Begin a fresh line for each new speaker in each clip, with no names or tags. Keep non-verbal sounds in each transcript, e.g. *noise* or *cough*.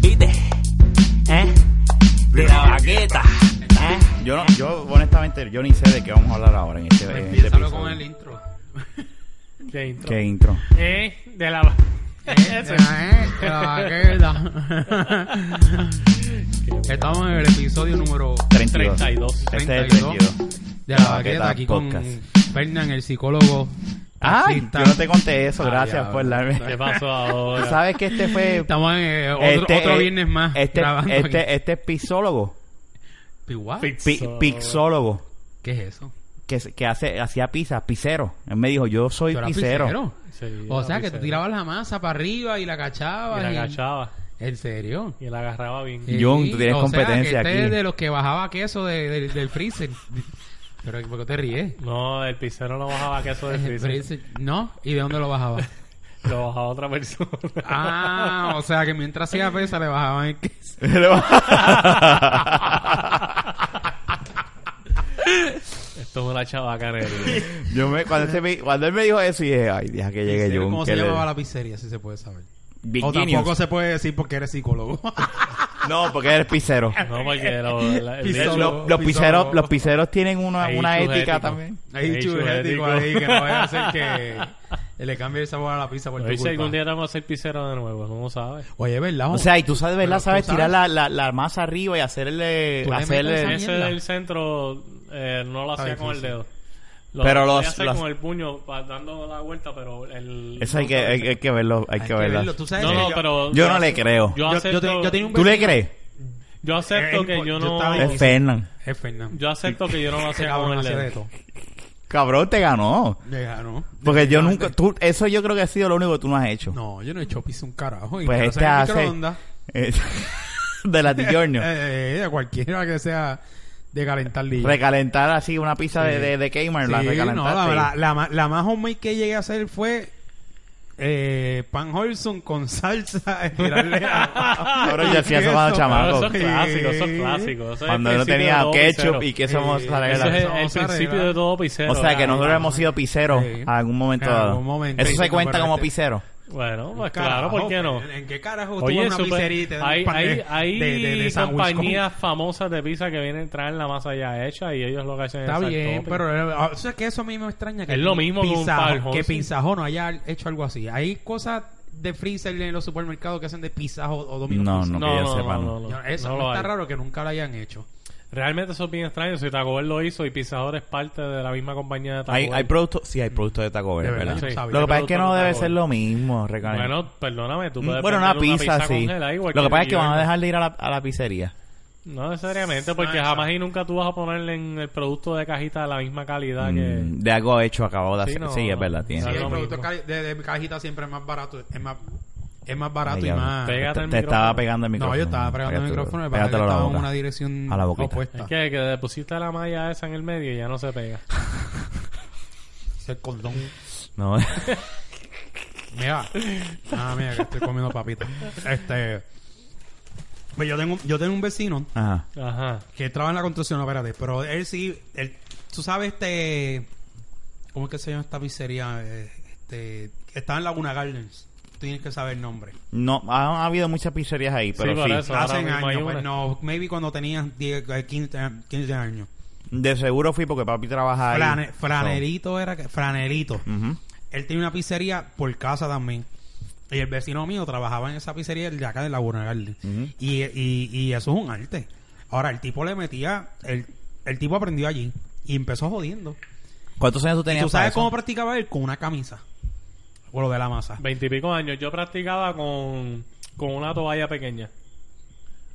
¿Viste? ¿Eh? De la baqueta. ¿Eh?
Yo, no- yo, honestamente, yo ni sé de qué vamos a hablar ahora en este, en este
Empiezalo
episodio.
Pues con el intro.
¿Qué ¿Eh? intro?
Qué intro.
Eh, de la... *laughs* *laughs* Eso.
*laughs* Estamos en el episodio número
32.
32.
Este es el
32
32.
de La Baqueta, aquí con
Podcast.
Fernan, el psicólogo.
Ay,
taxista.
yo no te conté eso,
Ah,
gracias
ya.
por darme.
¿Qué
*laughs*
pasó
Tú
ahora?
sabes que este fue...
Estamos en eh, *laughs* otro,
este-
otro
eh,
viernes más
Este,
grabando aquí.
este, este es pixólogo.
¿What?
Pi- pixólogo.
¿Qué es eso?
Que, se- que hace, hacía pizza, pizzero. Él me dijo, yo soy
¿Tú eras
pizzero.
pizzero?
Sí,
O
era
sea, que tú
pizzero.
tirabas la masa para arriba y la
Y
cachabas.
la agachaba.
¿En serio?
Y la agarraba bien.
Sí. John, tú tienes
Eh, o sea,
competencia
que este
aquí.
es de los que bajaba queso de- de- del freezer. Pero ¿por qué te ríes?
No, el pizzero no bajaba queso *laughs* de
El
freezer.
freezer. ¿No? ¿Y de dónde lo bajaba?
Lo bajaba otra persona.
Ah, o sea que mientras hacía pesa le bajaban el queso.
Esto es una chabacanería.
*laughs* yo me, cuando, ese me- cuando él me dijo eso, dije, ay, deja que llegue yo.
¿Cómo se llamaba la pizzería? Si se puede saber. O tampoco se puede decir porque eres psicólogo.
No, porque eres
*laughs*
pizzero.
No, porque lo- la- el-
*laughs*
Pizzolo.
los, los
Pizzolo.
pizzeros, los pizzeros tienen una,
Ahí
una
su
ética
ética.
también.
Hay
Sí,
chuletico
chuletico.
ahí que no vaya a hacer
*laughs*
que le cambie el sabor a la pizza por tu
Pero ¿y si algún
culpa.
día vamos a ser pizzero de nuevo, no sabes.
Oye, ¿verdad?
O sea, y tú sabes, ¿verdad?
Pero tú
Sabes tirar la,
sabes.
la, la masa arriba y hacerle...
Tú le metes
hacerle
esa
Ese
mierda.
del centro eh, no lo
Está
hacía con el
difícil.
dedo. Lo
Pero
podía
los-
hacer
los-
con el puño pa- dando la vuelta, pero el.
eso hay que, hay, hay que verlo, hay,
Hay
que verlo.
verlo. Tú sabes
No,
que
no,
yo-
pero.
Yo no le creo.
Yo
yo- yo
acepto,
te-
yo,
yo tenía un
¿Tú le crees?
acepto
Eh,
que
yo
yo no.
estaba-
Es Fernan.
Es Fernando.
Yo acepto que yo no lo
Ese
hacía
cabrón
con el
hacía de
dedo.
todo.
Cabrón, te ganó.
Le ganó.
Porque yo nunca... Tú, eso yo creo que ha sido lo único que tú no has hecho.
No, yo no he hecho pizza un carajo. Y
Pues
que no
este
sea en
hace-
microondas.
Eh, *laughs* de la
*laughs*
DiGiorno.
Eh, eh, eh, cualquiera que sea de calentar lío.
Recalentar así una pizza de, de, de Kmart, la
Sí, no,
recalentaste.
la, la- la ma- la más homemade que llegué a hacer fue eh, pan Holson con salsa. *laughs* y tirarle
*laughs*
a-
Cabrón, yo
*laughs*
hacía eso cuando
Eso,
Claro,
chamaco.
eso es clásico, eso es
Sí.
clásico. Eso es
Cuando
el
no
principio de
tenía
todo
ketchup
pizzero.
y queso mozzarella.
Eso es
Eso
el
vamos a
principio
arreglar.
de todo pisero.
O sea que nosotros
Ah,
hemos sido piseros
sí.
a algún momento
En
dado.
algún momento,
Eso
sí,
se cuenta como
correcto.
pisero.
Bueno, pues claro,
Carajo,
¿por qué no?
¿En, en qué carajo tú
Oye,
vas a una
super-
pizzería y te dan
hay,
pan de-
hay, hay
de- de- de sándwich con-
compañías famosas de pizza que vienen traen la masa ya hecha y ellos lo que hacen
Está
es el
bien,
topping.
pero eh, o sea, que eso a mí me extraña que
ah, Es lo mismo que un
Pizza-
Pan Hot,
que
sí.
Pizza Hut no haya hecho algo así. Hay cosas de freezer en los supermercados que hacen de Pizza Hut o Domino's.
No, no,
Pizza.
no,
que
no,
ya
no,
sepan.
no, no,
Yo- Eso
no lo
está
hay.
raro que nunca lo hayan hecho.
Realmente eso es bien extraño. Si Taco Bell lo hizo y Pizza Hut es parte de la misma compañía de Taco
Hay,
Bell.
hay productos, sí, hay productos de Taco Bell,
De
¿verdad?
verdad, yo
Sí.
sabía.
Lo que pasa es que no
Productos de
debe
Taco
ser
Bell.
lo mismo, recalentar.
Bueno, perdóname, tú puedes
bueno, una
vender
pizza, sí.
congelada igual
Lo que pasa es que
yo
van a
vendo.
dejar de ir a la, a la pizzería.
No necesariamente, porque jamás y nunca tú vas a ponerle en el producto de cajita de la misma calidad que...
Mm, De algo hecho, acabado de
Sí,
hacer. Sí,
no,
es
no.
verdad, tiene.
Sí,
Sí,
es
el
lo
producto
mismo.
ca- de, de cajita siempre es más barato, es más, es más barato
Ay,
y
cabrón.
más...
Pégate
te,
el
te
micrófono.
estaba pegando el micrófono.
No, yo estaba pegando el
Pégatelo-
micrófono, me parece que
pégatelo a la
estaba en
boca.
una dirección
A la boquita.
opuesta.
Es que, que le pusiste la malla esa en el medio y ya no
*laughs*
se pega.
Es el condón.
No,
Mira. Ah, mira, que estoy comiendo papitas. Este... Pues yo tengo, yo tengo un vecino
ajá.
Ajá.
que trabaja en la construcción, no, espérate, pero él sí, él, tú sabes este, ¿cómo es que se llama esta pizzería? Eh, Este, está en Laguna Gardens, tú tienes que saber el nombre.
No, han habido muchas pizzerías ahí, pero
por
sí.
eso. Ahora
Hace
mismo hay
años,
una.
pues no, maybe cuando tenías 10, eh, 15, eh, 15 años.
De seguro fui porque papi trabaja ahí.
Frane-
So,
franerito era, que- Franerito.
Mm.
ujú.
Él tenía una pizzería por casa también. Y el vecino mío trabajaba en esa pizzería el de acá de Laguna Garden.
Ujú.
y, y, y eso es un arte. Ahora, el tipo le metía, el, el tipo aprendió allí y empezó jodiendo.
¿Cuántos años tú tenías?
¿Tú
para
sabes
eso?
cómo practicaba él? Con una camisa. O lo de la masa.
Veintipico años. Yo practicaba con, con una toalla pequeña.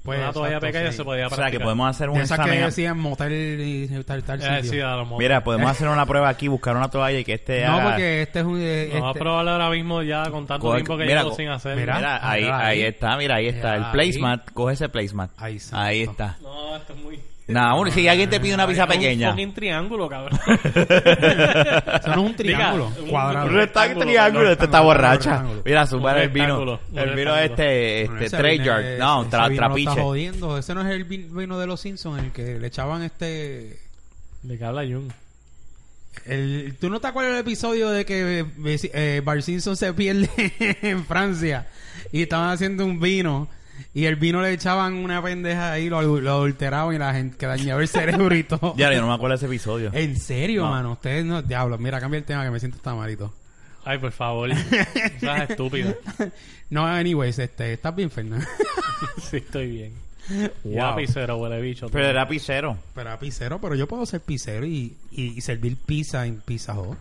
Pues,
una toalla
exacto,
pequeña
sí.
se podía
O
practicar.
sea, que podemos hacer un
De esas que
examen.
decían motel y tal, tal
Eh, sí,
sitio.
a lo mejor.
Mira, podemos hacer una prueba aquí, buscar una toalla y que este
no,
haga-
porque este es un... eh,
Vamos
este-
a probarlo ahora mismo ya con tanto
Coge-
tiempo que
mira,
llevo
co-
sin hacer.
mira.
Mira, ahí,
Mira
ahí
ahí.
está, mira, ahí está.
Mira
El
ahí.
placemat, coge ese placemat.
Ahí, santo.
Ahí está.
No, esto es muy...
Nada, uno, si alguien te pide una pizza
Es un
pequeña.
fucking triángulo, cabrón. *laughs*
Eso no es un triángulo.
Diga, un-
cuadrado.
No está en triángulo, este está
rectángulo,
borracha.
rectángulo.
Mira, sumar
Un
el vino.
rectángulo, un
El vino
rectángulo.
este,
Bueno,
este,
ese
tres
vino-
yard.
ese-
No,
ese
tra-
vino lo está
trapiche.
jodiendo. Ese no es el vin- vino de los Simpsons, el que le echaban este...
¿De qué habla Jun?
El, ¿Tú no te acuerdas del episodio de que eh, *laughs* eh, Bart Simpson se pierde en Francia y estaban haciendo un vino Y el vino le echaban una pendeja ahí, lo, lo adulteraban y la gente que dañaba el cerebro y todo.
*laughs* Ya, yo no me acuerdo de ese episodio.
En serio,
No.
mano. Ustedes no. Diablo, mira, cambia el tema que me siento tamarito.
Ay,
*laughs*
por favor. Estás estúpido.
No, anyways, este, estás bien, Fernando. *laughs*
Sí, estoy bien.
Wow.
Ya pisero, huele bicho.
Pero era pisero.
pero a pizzero, pero yo puedo ser pizzero y, y, y servir pizza en Pizza Hut.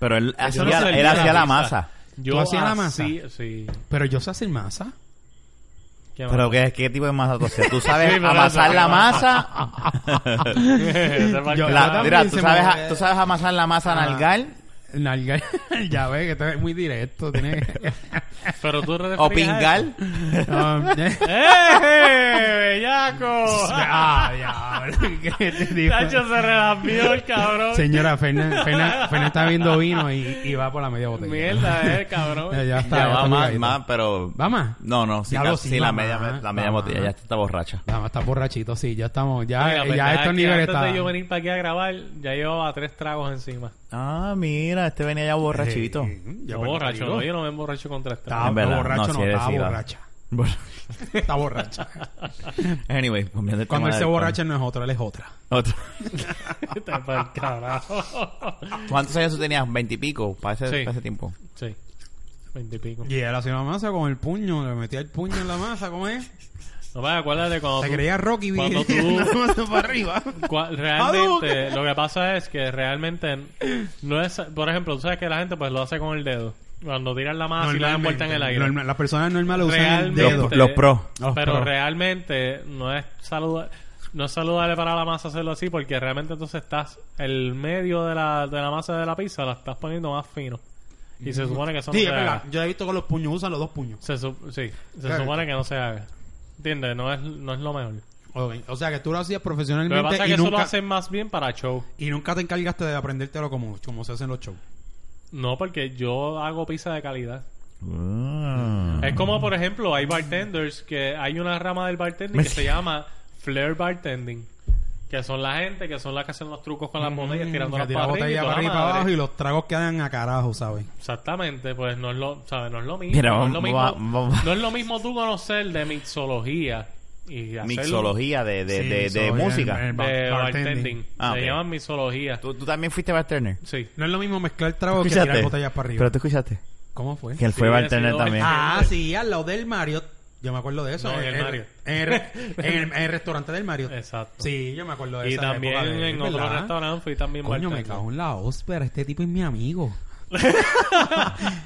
Pero él
Yo
hacía,
no servía
él hacía la
pizza.
masa.
Yo
¿Tú hacías la
así- Sí.
Pero yo sé hacer masa.
¿Qué más?
Pero ¿qué, qué tipo de masa tú hacías? *laughs* ¿Tú
Sí,
sabes
pero
amasar
eso-
la masa? *laughs*
*laughs* Esa parte-
Yo-
La-
también
mira, ¿tú
se me
sabes,
ve-
a- ¿tú sabes amasar la masa nalgal?
Nalga, *laughs* ya ves que esto es muy directo. Tiene que- *laughs*
Pero tú refrías
¿O pingal?
No, *laughs*
eso. ¡Eh, bellaco!
ah, diablo, ¿qué te digo?
Tacho se relambió el cabrón.
Señora, Fernan, Fernan, Fernan está viendo vino y, y va por la media botella.
Mierda, eh,
*laughs* Ya,
cabrón.
ya está.
Ya,
ya
va más,
está ligadito.
más, pero...
¿Va más?
No, no, sí,
Ya
la,
lo
sí,
sí,
la
mamá,
media, la media
mamá.
botella, ya está borracha.
Nada más está borrachito, sí. Ya estamos, ya,
Oiga,
Ah, ya a
verdad es
estos
pues, que
niveles
antes
está. Eh,
de yo venir para aquí a grabar, ya llevaba tres tragos encima.
Ah, mira, este venía ya borrachito.
Eh, ya
no,
perdí,
borracho,
digo.
no, yo no me emborracho con tres tragos.
Está
Es verdad,
no, borracho,
no,
no,
sí,
está
sí, va.
borracha.
Bueno, *laughs*
Está borracha. *laughs*
anyway, cambiando el
Cuando
tema
él se
del-
borracha no es otro, él es otra.
Otro.
*laughs* Está pa'l Este carajo. *laughs*
¿Cuántos años tú tenías? ¿Veintipico? Para ese,
Sí.
para ese tiempo.
Sí, veintipico.
Y él hacía la masa con el puño, le metía el puño en la masa, ¿cómo es?
No me acuérdate cuando
Se
tú-
creía Rocky
cuando
bien.
tú-
la masa *laughs* para arriba. *laughs*
Cua- Realmente, lo que pasa es que realmente no es... Por ejemplo, tú sabes que la gente pues lo hace con el dedo. Cuando tiran la masa y Ah, la dan vuelta en el aire.
Normal- las personas normales usan el
Realmente,
dedo.
Los- los pros.
Los
pero
pros.
realmente no es saludable. No es saludable para la masa hacerlo así porque realmente entonces estás el medio de la, de la masa de la pizza la estás poniendo más fino. Y se supone que eso no
Sí,
se
es
haga.
verdad. Yo he visto que los puños usan los dos puños.
Se, su- sí, se
Claro.
supone que no se haga. ¿Entiendes? No es, no es lo mejor.
Ok, O sea, que tú lo hacías
Lo que
profesionalmente
pasa es
y,
que eso lo
nunca,
hacen más bien para show.
y nunca te encargaste de aprendértelo como, como se hacen los shows.
No, porque yo hago pizza de calidad.
Mm.
Ah.
Es como, por ejemplo, hay bartenders que hay una rama del bartending
Me
que se llama flair bartending. Que son la gente, que son las que hacen los trucos con las botellas, tirando
Mm, Que
las
tira
para arriba y
botella
toda
para
la
arriba y para
madre.
abajo y los tragos quedan a carajo, ¿sabes?
Exactamente, pues no es lo, ¿sabes? No es lo mismo.
Mira,
no, es lo
vamos-
mismo
vamos- vamos-
no es lo mismo tú conocer de mixología y hacerlo
Mixología de, de,
Sí,
de, de
soy
música.
el- el- Bar-
de
bartending.
bartending.
Ah,
Le
ok.
llaman mixología.
¿Tú, tú también fuiste bartender?
Sí.
No es lo mismo mezclar tragos que tirar botellas para arriba.
Pero tú escuchaste.
¿Cómo fue?
Que él fue
Sí, ha
bartender
sido
también.
bartender.
Ah, sí, al lado del Mario. Yo me acuerdo de eso.
No, en el Mario.
En el, en el- en el restaurante del Mario.
Exacto.
Sí, yo me acuerdo de
y
esa
también
época de-
en otro
¿verdad?
restaurante fui también
Coño, me
bartender.
cago en la óspera. Este tipo es mi
*laughs*
amigo.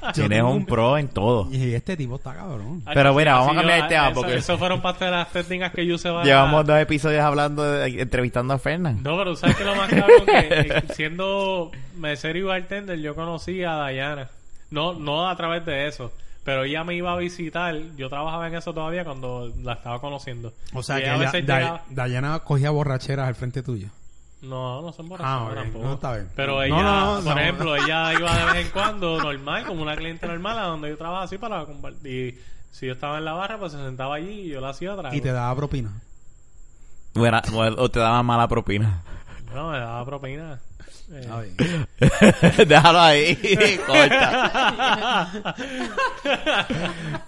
Yo
Tienes
tengo
un pro en todo.
Y este tipo está cabrón.
Ay,
Pero mira,
sí,
vamos a
sí,
cambiar
yo-
este
el tema,
eso-
porque-
Eso fueron parte de las técnicas que yo usaba.
Llevamos dos episodios hablando, de- entrevistando a Fernan.
No, pero ¿sabes que lo más cabrón? Que eh,
*laughs*
siendo mesero y bartender, yo conocí a Dayana. No, no a través de eso. Pero ella me iba a visitar. Yo trabajaba en eso todavía cuando la estaba conociendo.
O sea
Y
que
a
ella-
veces
Da-
llegaba-
Dayana cogía borracheras al frente tuyo.
No, no son borrachos
Ah, ok.
tampoco.
No, está bien.
Pero
No,
ella,
no, no,
por
no.
ejemplo, ella iba de vez en cuando normal, como una cliente normal, a donde yo trabajaba así para compartir. Si yo estaba en la barra, pues se sentaba allí y yo la hacía otra
Y te daba propina.
Bueno, o te daban mala propina. *laughs*
No, me daba propina. Eh,
A ver.
Déjalo ahí. Corta.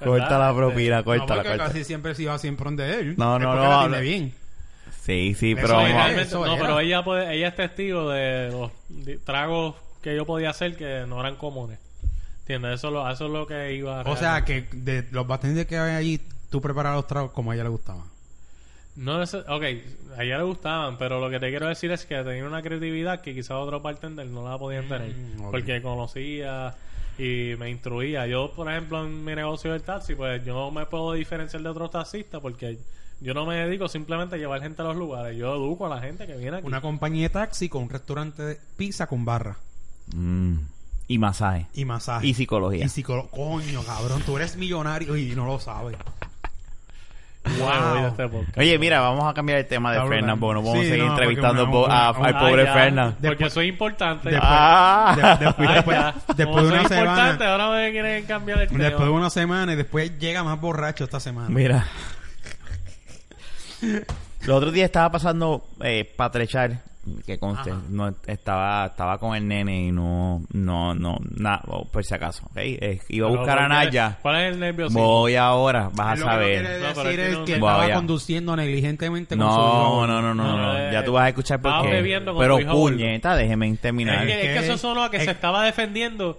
Corta la propina,
No,
corta la
porque
corta.
casi siempre se iba siempre donde él.
No, no,
Es porque
no,
la
no.
tiene bien.
Sí, sí,
Eso
pero
No,
Ojo.
vamos a-
realmente-
Eso
no,
era.
pero ella puede- ella es testigo de los de- tragos que yo podía hacer que no eran comunes. ¿Entiendes? Eso, lo, eso es lo que iba a...
O sea que de los bartenders que había allí, tú preparabas los tragos como a ella le gustaba.
No, neces- ok, a ella le gustaban, pero lo que te quiero decir es que tenía una creatividad que quizás otros bartenders no la podían tener.
Mm, ok.
Porque conocía y me instruía. Yo, por ejemplo, en mi negocio del taxi, pues yo no me puedo diferenciar de otros taxistas porque yo no me dedico simplemente a llevar gente a los lugares. Yo educo a la gente que viene aquí.
Una compañía de taxi con un restaurante de pizza con barra
Mm. Y masaje.
y masaje.
Y psicología.
Y psicolo- Coño, cabrón, tú eres millonario y no lo sabes.
Wow, de este podcast.
Oye, mira, vamos a cambiar el tema de
Cabrón.
Fernan, porque no podemos
Sí,
seguir
no,
entrevistando
porque una-
a-
una-
al
Ah,
pobre
ya.
Fernan.
Porque
Después-
soy importante.
después-
Ah.
De- después,
Ah,
después-
ya.
después
Como
de una
soy importante,
semana.
ahora me quieren cambiar el tema.
Después de una semana y después llega más borracho esta semana.
Mira. Los otros días estaba pasando eh, para trechar que conste,
Ajá.
no estaba, estaba con el nene y no, no, no, nada, por si acaso. ok. Eh, iba a
Pero,
buscar a
¿cuál es-
Naya.
¿Cuál es el nerviosismo?
Voy ahora, vas
Él
a
lo que no quiere
saber.
No, pero
decir
él
es
tiene
que
un-
estaba
Vaya.
conduciendo
este
negligentemente con su
No,
blog.
no, no, no, no,
Eh,
ya tú vas a escuchar por
estaba
qué.
bebiendo con
Pero
tu hijo gordo.
puñeta, déjeme
Es
terminar.
que, es que eso sonó a que
Es-
se estaba defendiendo.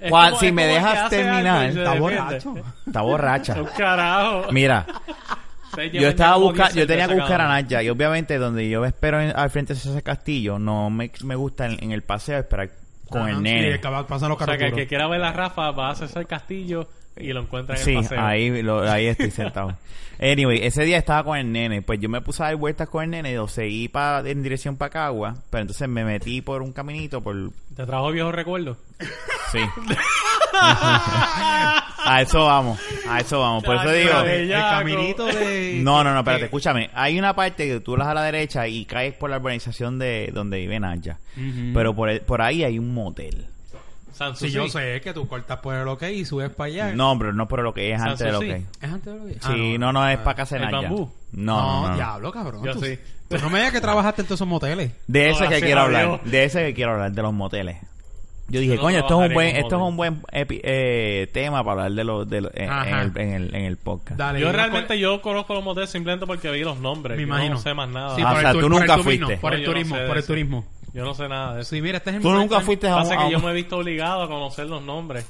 Es
Cuál-
como-
si
es
me
como el que
dejas
hace algo y
terminar,
se
está
defiende.
borracho.
Está borracha.
*laughs* Un carajo.
Mira,
Ustedes
yo
llevan
estaba
ya como
buscando,
10
yo tenía que
cervezas
buscar a
cada uno.
Naya y obviamente donde yo espero en- al frente de ese castillo, no me, me gusta en, en el paseo esperar con
Ajá,
el
sí,
nene.
el que va- pasa los
O sea, que el
carros
que quiera ver a Rafa va a César Castillo y lo encuentra en
Sí,
el paseo.
ahí, lo- ahí estoy sentado. anyway, ese día estaba con el nene. Pues yo me puse a dar vueltas con el nene. Lo seguí pa- en dirección para Cagua. Pero entonces me metí por un caminito. por
¿Te trajo viejos recuerdos?
Sí. *laughs* a eso vamos. A eso vamos. Por eso
Ay,
digo.
madre.
El
Bellaco.
caminito de...
*laughs* No, no,
Este,
no, espérate, escúchame. Hay una parte que tú vas a la derecha y caes por la urbanización de donde vive Naya.
Ujú.
Pero por, el- por ahí hay un motel.
Sansu,
Si yo sé que tú cortas por el OK y subes para allá.
No, pero no por lo que es
San
antes de lo
Susi.
que.
¿Es antes de lo que-
Sí,
Ah,
no, no, es
Ah.
para casa de
¿El
Naya.
bambú?
No, no, no, no.
diablo, cabrón.
Yo
tú,
sí.
tú no me digas que trabajaste en todos esos moteles.
De eso
Ahora
que
sí
quiero
la
hablar,
veo.
de eso que quiero hablar, de los moteles. Yo dije,
no
coño, esto es un
trabajaré
buen,
en un
esto es un
motel.
buen epi- eh, tema para hablar de los, de los- en, en
Ajá.
el, en, el, en el podcast.
Dale.
Yo
una
realmente
co-
yo conozco los moteles simplemente porque vi los nombres.
Me
Yo
imagino.
no sé más nada.
Sí,
Ah,
por
o
el
sea,
tu-
tú
por el
nunca
turismo,
fuiste.
Por el
No, yo no
turismo,
sé de
por el
eso.
turismo.
Yo no sé nada de eso.
Sí, mira, este es el
Tú nunca
motel.
fuiste a un...
Pasa
a
que
un-
yo me he visto obligado a conocer los nombres.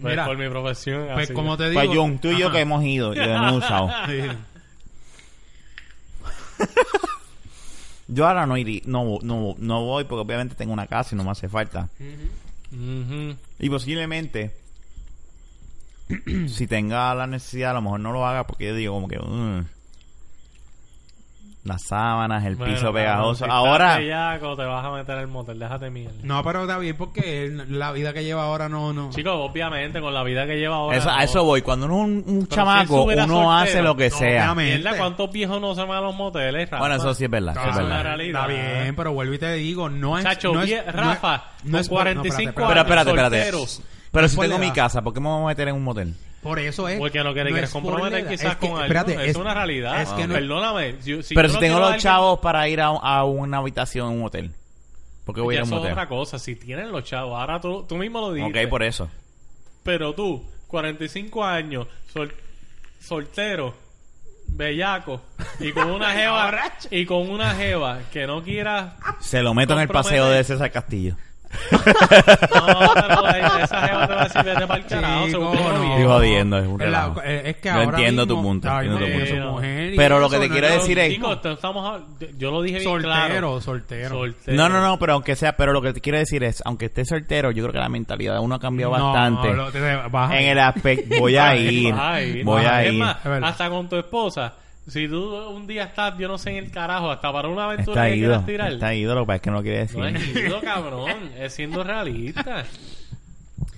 Pues,
Mira.
por mi profesión.
Pues
así.
como te digo...
Pues, Jun, tú y yo
Ajá.
que hemos ido, yo no he
*laughs*
usado.
Sí.
Yo ahora no iría, no, no, no voy porque obviamente tengo una casa y no me hace falta.
Ujú.
Y posiblemente, *clears throat* si tenga la necesidad, a lo mejor no lo haga porque yo digo como que... "Mm". las sábanas, el
Bueno,
piso
cabrón,
pegajoso.
si
Ahora...
estás bellaco, te vas a meter al motel. Déjate mierda.
No, pero está bien porque él- la vida que lleva ahora no... no.
Chicos, obviamente, con la vida que lleva ahora.
Eso,
no.
a eso voy. Cuando uno es un, un
Pero si él
chamaco, uno
estuviera soltero,
hace lo que
no,
sea.
déjame.
Mierda, ¿cuántos viejos no se van a los moteles, Rafa?
Bueno, eso sí es verdad.
No,
sí es
Eso es
verdad.
una realidad.
Está bien, pero vuelvo y te digo, no es...
Chacho,
no es-
vie-
no es-
Rafa,
no
con
es- no,
45
espérate,
Pero
espérate.
espérate, espérate.
Solteros.
Pero
Es
si
por
tengo
la
mi
edad.
casa, ¿por qué me voy a meter en un motel?
Por eso es.
Porque no quiere
no
que
es por
comprometer
la-
quizás
es que-
con
espérate,
alguno. Es, una realidad.
Es que no,
Perdóname. Si,
pero
yo
si tengo
no quiero
los
a alguien-
chavos para ir a, a una habitación en un hotel, ¿por qué voy a
Ya
ir a un
eso es
motel?
otra cosa. Si tienen los chavos. Ahora tú, tú mismo lo dijiste.
Ok, por eso.
Pero tú, 45 años, sol- soltero, bellaco, y con
*laughs*
una jeva... y con una jeva que no quieras...
Se lo meto en el
Comprometer.
paseo de César Castillo.
No, pero esa jeva te va a decir, vete para el carajo.
Chico,
seguro que no
no.
viene".
Estoy jodiendo, es un
Es la-
relajo.
eh, es que
Yo
ahora
entiendo tu
mismo-
punto,
ahora
entiendo
mismo
tu
es
punto.
mujer y
Pero lo
eso,
que te
no,
quiero
no,
decir es-
Chicos, esto estamos hab- yo lo dije bien
Soltero,
claro.
soltero.
Soltero.
No, no, no, pero aunque sea, pero lo que te quiero decir es, aunque esté soltero, yo creo que la mentalidad de uno ha cambiado
No,
bastante.
lo- te- baja.
En el aspecto,
*laughs*
voy a ir,
Vas a ir.
voy a
Es
ir.
más,
Es verdad.
hasta con tu esposa. Si tú un día estás, yo no sé, en el carajo, hasta para una aventura
Está
que
ido,
quieras tirar.
está ido, lo que pasa es que no lo quiere
No
decir.
es ido, cabrón. Es siendo realista.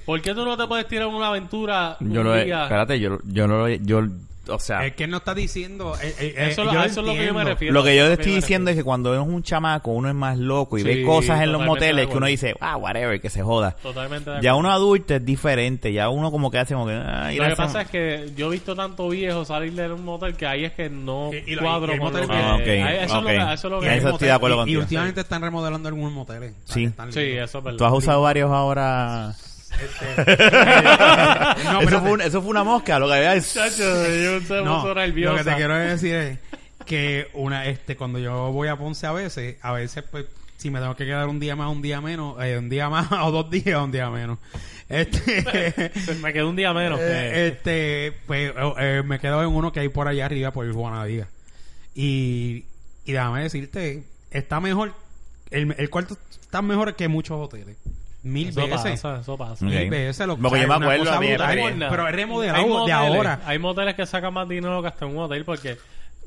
¿Por qué tú no te puedes tirar una aventura un
Yo lo he,
día?
espérate, yo, yo no lo he, yo, o sea,
Es que él no está diciendo. eh, eh, eh,
Eso, lo-
yo
a eso es lo que yo me
entiendo.
refiero.
lo que yo
a
le
eso
estoy
me
diciendo es
refiero.
que cuando uno es un chamaco, uno es más loco y ve
Sí,
cosas en los
totalmente de
moteles que
acuerdo.
uno dice, ah, whatever, que se joda.
Totalmente de
Ya
acuerdo.
uno adulto es diferente, ya uno como que hace como que, ah, ir
Lo
a
que
esa-
pasa es que yo he visto tanto viejo salir de un motel que ahí es que no
Y- y lo-
cuadro
y el
con
motel
lo que...
que-
Ah, ok,
ahí- eso,
ok.
es lo que, eso es lo
Y
que...
eso estoy de acuerdo
Y- y,
contigo.
últimamente están remodelando algunos moteles. o sea,
Sí.
que están
Sí,
lindos.
eso es verdad.
Tú has usado varios ahora.
*laughs*
*laughs*
No,
eso,
espérate.
fue un- eso fue una mosca, lo que había es-
Chacho, yo se me
No,
puso
lo que
nerviosa.
te quiero decir es que una este cuando yo voy a Ponce a veces, a veces pues si me tengo que quedar un día más, un día menos, eh, un día más *laughs* o dos días, un día menos.
*laughs*
Este
Se Me quedó un día menos.
Eh, este, pues eh, eh, me quedo en uno que hay por allá arriba, por Juana Díaz. Y, y déjame decirte, está mejor, el, el cuarto está mejor que muchos hoteles. Mil
eso
veces.
pasa, eso pasa.
Ok.
Mil veces pues, lo
Porque yo me
una
acuerdo,
cosa
a mí me
brutal.
parece.
Pero es
Hay
remodelado de
moteles-
ahora.
Hay moteles que sacan más dinero que hasta un hotel porque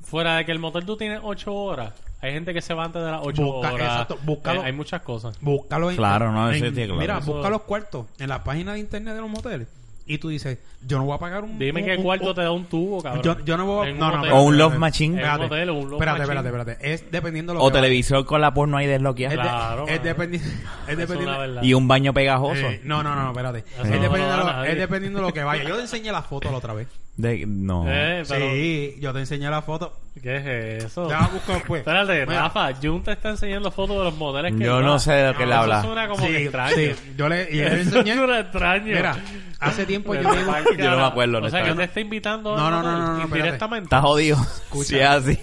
fuera de que el motel tú tienes 8 horas, hay gente que se va antes de las 8
Busca-
horas.
exacto, búscalo.
Hay, hay muchas cosas.
Búscalo en
Claro, no,
en-
eso tiene claro.
Mira,
Eso-
busca los cuartos en la página de internet de los moteles. Y tú dices, yo no voy a pagar un.
Dime
un-
qué
un-
cuarto
un-
te da un tubo, cabrón.
Yo, yo no voy a.
En un
No, no,
hotel.
O un love
espérate,
machine.
En un hotel o un love
Espérate,
machine.
espérate, espérate. Es dependiendo de lo
O
que vayas.
televisor con la porno ahí
Es,
desbloqueada.
de-
Claro,
es
mano.
dependiendo. Es
Eso es una
dependiendo.
verdad.
Y un baño pegajoso.
Este- Eh, no, no, no, espérate. Es
no lo
dependiendo, de
da
lo,
nadie. *laughs*
es dependiendo de lo que vaya. Yo te enseñé la foto la otra vez.
De- no.
Eh, pero,
Sí, yo te enseñé la foto.
¿Qué es eso?
Ya la busco después.
Espérate,
Mira.
Rafa, Jun te está enseñando fotos de los modelos que
Yo
él
no
va.
sé de lo que
Eso
le habla.
suena como que
Sí,
extraño.
sí, yo le, y yo le
Eso
enseñé.
suena extraño. Pues
Mira, hace tiempo yo le digo.
Yo no me acuerdo,
O sea,
honestamente.
que él te está invitando
No, no,
a
no, no, no, espérate.
directamente.
Está jodido. Si es
*laughs*
así.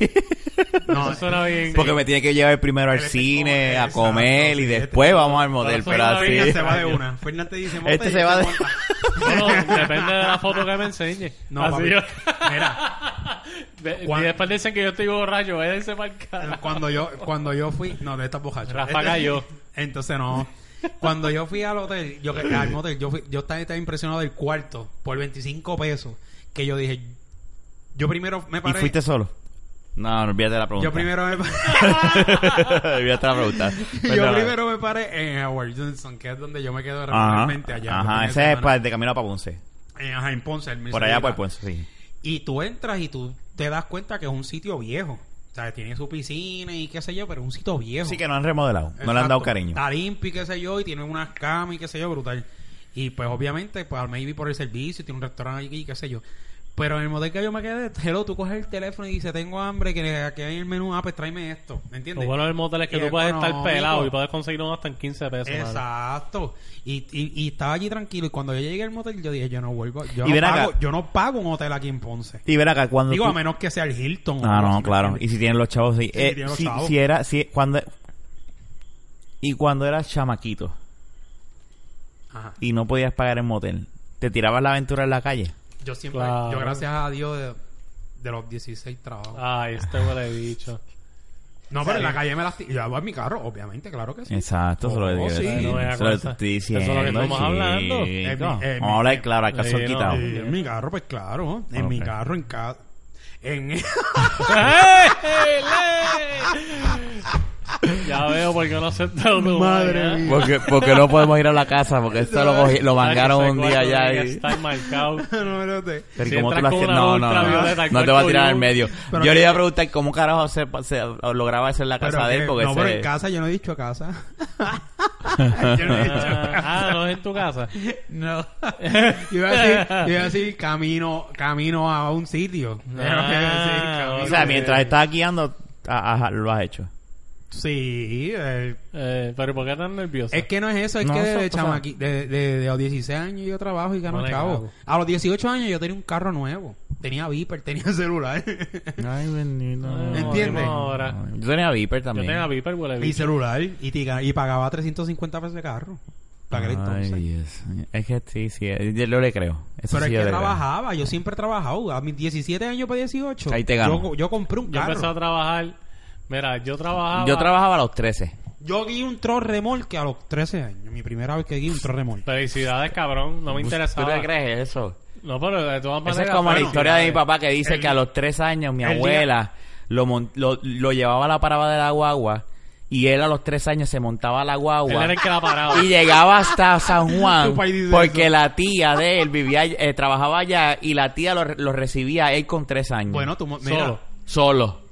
No,
Eso suena bien.
Porque me tiene que llevar primero al
Él está
cine,
como-
a
exacto,
comer y
sí, este
después
tipo-
vamos al modelo.
Ahora soy
Pero
una
así.
vieja,
Fernández se va de una. Fernández te dice: "Monta
Este
y
se
yo
va
te
de- *laughs*
monta".
Bueno, depende de la foto que me enseñe.
No,
Así
papi.
yo- *laughs*
Mira,
De-
Cuan-
Y después dicen que yo estoy borracho, váyanse para el
cuando yo, cuando yo fui. No, de estas borrachas.
Rafa cayó.
Este Entonces, no. Cuando yo fui al hotel, yo, al motel, yo, fui- yo estaba, estaba impresionado del cuarto por 25 pesos. Que yo dije. Yo primero me
¿Y
paré.
fuiste solo? No, no olvídate la pregunta.
yo primero me paré.
*laughs*
*laughs*
olvídate la pregunta.
yo primero me paré en Howard Johnson, que es donde yo me quedo
Ajá.
regularmente allá.
Ajá,
los fines de
ese es
semana.
para- de camino a Ponce.
Eh, Ajá, en Ponce. el
Por allá, pues,
Mercedes.
por Ponce, sí.
Y tú entras y tú te das cuenta que es un sitio viejo. O sea, tiene su piscina y qué sé yo, pero es un sitio viejo.
Sí que no han remodelado, no le han
Exacto. Ah.
dado cariño.
Está limpio y qué sé yo, y tiene unas camas y qué sé yo, brutal. Y pues obviamente, pues al maybe por el servicio, tiene un restaurante aquí y qué sé yo. Pero en el modelo que yo me quedé, hello, tú coges el teléfono y dices, tengo hambre, que aquí hay el menú, ah, pues tráeme esto. ¿Me
Lo
entiendes?
bueno del motel es que
Y
tú puedes estar
económico.
pelado y puedes conseguir uno hasta en 15 pesos. mano.
Exacto. Y, y, y estaba allí tranquilo. Y cuando yo llegué al motel, yo dije, yo no vuelvo. Yo,
Y
no
ven acá.
pago, yo no pago un hotel aquí en Ponce.
Y ver acá, cuando
Digo,
tú-
a menos que sea el Hilton. o
Ah,
algo
no,
así, ¿me
claro. Y
entiendes?
si tienen los chavos, sí. Eh,
tienen los
si,
chavos.
si era, si, cuando, y cuando eras chamaquito
Ajá.
y no podías pagar en motel, ¿te tirabas la aventura en la calle?
Yo siempre,
Claro.
yo gracias a Dios de, de los 16 trabajos.
Ay, este huele *laughs* bicho.
No, pero en la calle me las... Yo hago en mi carro, obviamente, claro que sí.
Exacto, eso
Oh,
lo digo.
sí.
No me da
eso lo
cuenta.
estoy
Eso es lo
diciendo.
que estamos
chico.
hablando.
Eh, mi- eh,
Vamos a
mi-
hablar claro, acá
eh,
son
no.
quitados.
Sí, en mi carro, pues claro. En
Ok.
mi carro, en cada... En... *laughs*
ya veo por qué no acepta uno.
Madre mía.
Porque, porque no podemos ir a la casa, porque esto lo, cogi- lo mangaron un día allá. Y...
Está
*laughs*
marcado.
no, espérate.
Pero
Si
¿cómo tú
entras
lo
con
hacías? No, no,
una
no,
ultravioleta,
no te
cuerpo
va a tirar
blue.
en medio.
Pero
Yo le
que-
iba a preguntar cómo carajo se, se lograba hacer la casa
Pero
de él,
que-
porque
no,
ese-
pero en casa yo no he
*laughs*
dicho casa. yo no he dicho
*laughs* Ah, no es en tu casa.
No. yo, *laughs* iba a decir, yo iba a decir camino, camino a un sitio. Pero
Ah,
que decir
O
ok.
sea, mientras estás guiando, a- ajá, lo has hecho.
*laughs* Sí, eh,
Eh, pero ¿por qué tan nervioso?
Es que no es eso, es
No,
que
eso,
desde
o sea-
chamaqui- de, de- de los 16 años yo trabajo y gano
Vale,
chavo.
claro.
A los 18 años yo tenía un carro nuevo. Tenía Viper, tenía *laughs* celular.
Ay, bendito.
¿Entiendes?
Ah, Ahora.
Yo tenía Viper
Yo
también.
tengo a Viper huele
y
bicho.
celular. Y, tiga- y pagaba 350 pesos de carro. Para aquel entonces.
Ay, Dios. Es que sí, sí. Yo yo le creo. Eso sí yo
Pero es que
le creo.
trabajaba, yo siempre he trabajado. A mis 17 años para 18.
Ahí te gano.
Yo, yo compré un
Yo empecé a
carro.
trabajar. Mira, yo trabajaba.
Yo trabajaba a los 13.
Yo guié un tro remolque a los 13 años. Mi primera vez que guié un tro remolque.
Felicidades, cabrón. No me
¿Tú
interesaba.
te crees eso?
No, pero de eh. todas maneras.
Esa es como la
bueno,
historia de mi
felicidades.
papá que dice
el-
que a los tres años mi
el día-
abuela lo, mon- lo, lo llevaba a la parada de la guagua y él a los tres años se montaba a la
Él
guagua
era el que la paraba.
y llegaba hasta San Juan
Tu país dice
porque
eso.
la tía de él vivía eh, trabajaba allá y la tía lo, lo recibía él con tres años.
Bueno, tú, mo- mira.
Solo.
solo.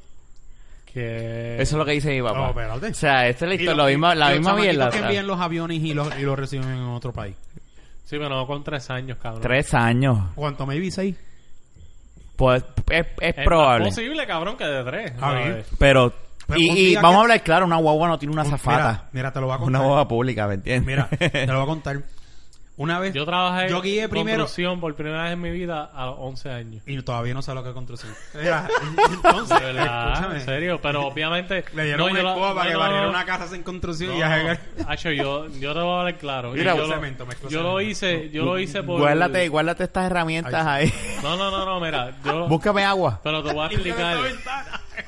Que...
Eso es lo que dice mi
No,
papá.
espérate.
o sea, esta es la,
Y
historia,
los-
la misma, la
y los
misma
chamaquitos
mierda.
que
o sea,
envían los aviones y los, y los reciben en otro país.
Sí, pero no con tres años, cabrón.
Tres años.
¿Cuánto? Maybe 6.
Pues es, es
Es
probable.
más posible, cabrón, que de tres.
Ah, bien.
¿sabes?
Pero,
Pero
y,
Pues un
y
día
vamos
que- Pues
a hablar claro, una guagua no tiene una zafata.
Mira, mira, te lo voy a
una
contar.
guagua pública, ¿me entiendes? *laughs*
Mira, te lo voy a contar. Una vez
Yo trabajé
yo guié primero
construcción por primera vez en mi vida a los 11 años.
y todavía no sé lo que es
*laughs*
construcción. Mira, entonces,
De verdad, en
escúchame.
serio. Pero obviamente...
Le dieron
no,
una
yo la-
escoba para
no,
que
no,
barriera
no.
una casa sin construcción
No,
y
no.
*laughs* ya
*laughs* Hacho, yo, yo te voy a hablar claro. Y
Mira,
yo,
cemento, mezcla
yo lo
cemento.
hice, yo lo hice por...
Guárdate, guárdate estas herramientas ahí. *laughs*
No, no, no, no, mira. Yo...
Búscame agua.
Pero
*laughs*
te voy a explicar.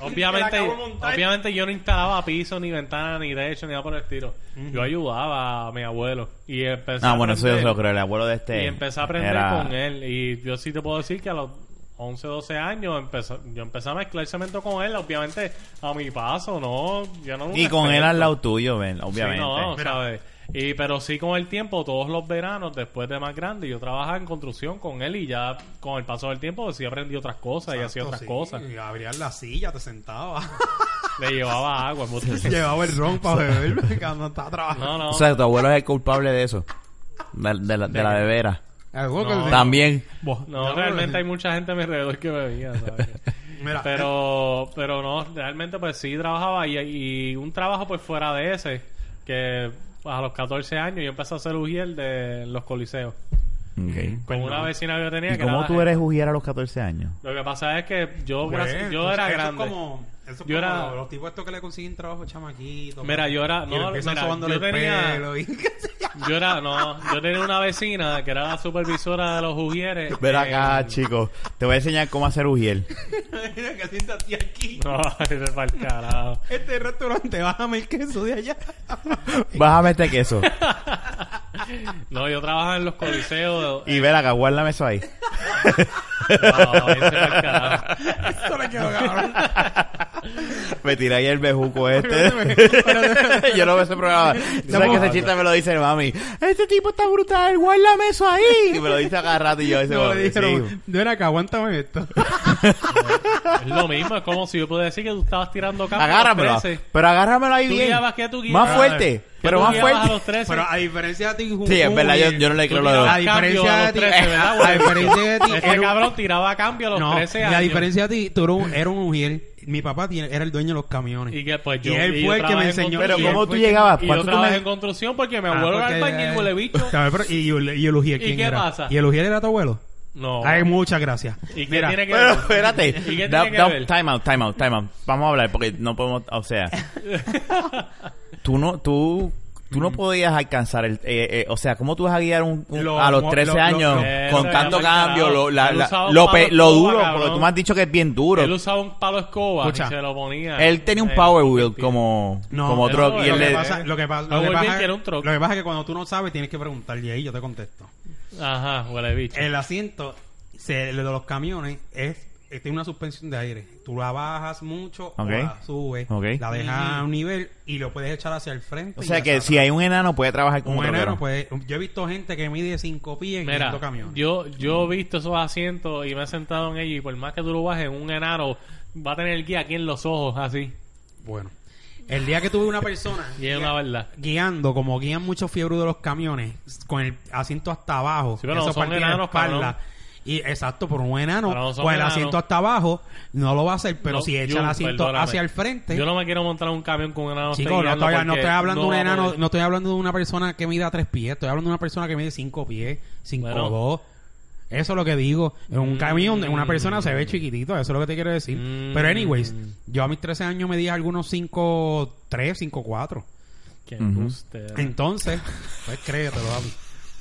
Obviamente, obviamente yo no instalaba piso, ni ventana, ni derecho, ni nada por el estilo. Yo ayudaba a mi abuelo. Y
Pues
empecé
Ah,
a
bueno, eso yo
aprender-
se lo creo. El abuelo de este.
Y empecé a aprender
era-
con él. Y yo sí te puedo decir que a los 11, 12 años empezó, yo empecé a mezclar cemento con él. Obviamente, a mi paso, ¿no? Yo no era un
Y con él al
experto.
lado tuyo, ven,
Sí,
obviamente.
no, ¿sabes? Y, pero sí con el tiempo, todos los veranos, después de más grande, yo trabajaba en construcción con él y ya con el paso del tiempo sí aprendí otras cosas y hacía otras cosas.
Y abrías la silla, te
*laughs*
sentabas.
Le llevaba agua.
*laughs*
embuste.
Llevaba el ron para beber cuando estaba trabajando.
No, no.
O sea, tu abuelo es el culpable de eso. De, de la, de la bebera.
Algo que- pues,
No.
También.
Bo-
No,
no,
realmente
no.
hay mucha gente a mi alrededor que bebía, ¿sabes?
Mira,
pero, pero no, realmente pues sí trabajaba y, y un trabajo pues fuera de ese, que a los 14 años yo empecé a hacer ujiel de los coliseos.
Ok.
Con una vecina que yo tenía
¿Y
que
cómo
era-
tú eres juguera a los 14 años?
Lo que pasa es que
Pues,
yo, Oh, gracias-
tú
yo era
sabes, eso
grande.
Es como, eso es
Yo
como
era-
los tipos estos que le consiguen trabajo chamaquitos.
Mira, yo era-
Y
no,
le empiezan
mira,
sobándole
yo
el
tenía-
pelo y- *laughs*
Yo era, no, yo tenía una vecina que era la supervisora de los ujieres.
Ven
eh,
acá, chicos. Te voy a enseñar cómo hacer ujiel.
Mira, que siéntate aquí.
*laughs* No, ese es para el carajo.
Este restaurante, bájame el queso de allá.
Bájame este queso.
No, yo trabajaba en los coliseos.
Y ven acá, guárdame eso ahí.
No, ese es para el carajo.
Eso le quedó cabrón.
Me tiré ahí el bejuco este. *laughs* Yo no veo ese programa. Tú sabes que ese chiste me lo dice el mami. Este tipo está brutal, guárdame eso ahí. Y me lo dice a cada rato y yo ese
No,
mami,
le
sí.
dijeron, ven acá, aguántame
*laughs*
esto.
Es lo mismo, es como si yo pudiera decir que tú estabas tirando campos.
Agárramelo. Pero agárramelo ahí
Tú
bien.
guiabas, ¿qué tú guiabas?
Más fuerte. Pero más
A
fuerte.
los 13.
Pero a diferencia de ti, Jujuy,
Sí, es verdad, yo, yo no le creo lo de los-
A diferencia de ti,
Cambio a los 13, ¿verdad, güey?
a diferencia de ti,
este
era un-
cabrón tiraba a cambio a los
no,
13
y
años.
a diferencia de ti, tú eras un, era un ujier. Mi papá tiene- era el dueño de los camiones.
Y que, pues, yo-
Y él
y yo
fue el que
trabajé
me
en
enseñó.
construcción.
Pero
y él
¿cómo tú
fue-
llegabas?
Y yo
¿Cuánto tú
trabajé en
me...
construcción porque mi
Ah,
abuelo era
porque-
albañil,
*laughs*
huele bicho.
¿Sabes? Pero, y, el- y el ujier,
¿Y
¿quién
qué
era?
pasa?
¿Y el ujier era tu abuelo?
No.
Ay, muchas gracias.
¿Y qué
Mira,
tiene que
Pero
ver? ¿Y
espérate.
qué
Da-
tiene que
da-
ver?
time out, time out, time out. Vamos a hablar porque no podemos... O
*laughs*
sea... Tú no... Tú... Tú
Mm.
no podías alcanzar el... eh, eh, o sea, ¿cómo tú vas a guiar un, un-
Lo-
a los 13
lo- lo-
años
lo-
con tanto
Eso,
cambio? Lo, la-
él
la-
usaba un
lo, pe-
palo
lo
escoba,
duro,
cabrón.
porque tú me has dicho que es bien duro.
Él usaba un palo escoba
Escucha.
y se lo ponía.
Él tenía un
Eh,
power wheel como, como
no,
truck y
no,
él
lo
le...
que
pasa, lo que pasa,
Ah,
lo que
muy
pasa
bien
es-
que era un truck.
lo que pasa es que cuando tú no sabes tienes que preguntar y ahí yo te contesto.
Ajá, huele bicho.
El asiento se- el de los camiones es, eh, tiene una suspensión de aire. Tú la bajas mucho, o
Ok.
la subes,
Ok.
la dejas
Mm.
a un nivel y lo puedes echar hacia el frente.
O
y
sea
ya
que
sale.
si hay un enano puede trabajar como
un
un
enano,
troquero.
pues yo he visto gente que mide 5 pies en
Mira,
estos camiones.
yo, yo he visto esos asientos y me he sentado en ellos y por más que tú lo bajes, un enano va a tener el guía aquí en los ojos, así.
Bueno, el día que tuve una persona
Y es una verdad.
guiando, como guían muchos fiebres de los camiones, con el asiento hasta abajo.
Sí, pero no son
partía la
enanos, cabrón.
Y exacto, por un enano,
Pero no son
con el
enanos.
asiento hasta abajo, no lo va a hacer, pero
No,
si echa
yo-
el asiento
perdóname.
hacia el frente.
Yo no me quiero montar en un camión con un enano.
Chicos, no
guiando
estoy, no
porque
estoy hablando de un
va a
enano,
poder.
no estoy hablando de una persona que mida tres pies, estoy hablando de una persona que mide cinco pies, cinco
Bueno.
dos. Eso es lo que digo. En un camión, en una persona se ve chiquitito, eso es lo que te quiero decir.
Mm.
Pero anyways, yo a mis 13 años medía algunos cinco tres, cinco cuatro.
Qué
Ujú.
embuste. *laughs*
Entonces, pues créetelo, papi.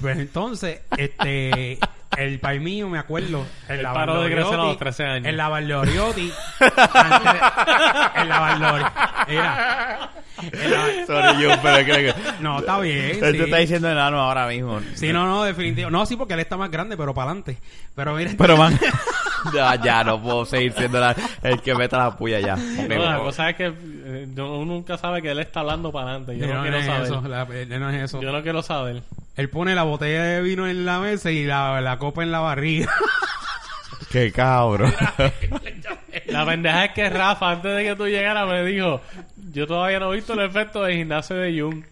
Pero entonces, este, el par mío, me acuerdo, el
El
lavar
paro de
Loriotti-
crecer a los 13 años.
El
*laughs*
lavarloriotti, antes de- el lavarlor, mira, el lavar-
Sorry, yo, pero creo que...
no, está bien.
Él te
Sí.
está diciendo enano ahora mismo.
Sí, no, no, definitivo. No, sí, porque él está más grande, pero para adelante. Pero mira,
Pero man... *laughs* ya, ya, no puedo seguir siendo la- el que meta la puya ya. Ok,
No, la
vamos.
cosa es que eh, yo- uno nunca sabe que él está hablando para adelante. Yo no,
no,
quiero
es
saber.
eso, la- eh, no es eso.
Yo no quiero saber.
Él pone la botella de vino en la mesa y la, la copa en la barriga. *laughs*
Qué cabrón.
La pendeja es que Rafa, antes de que tú llegaras, me dijo: Yo todavía no he visto el efecto del gimnasio de Jung.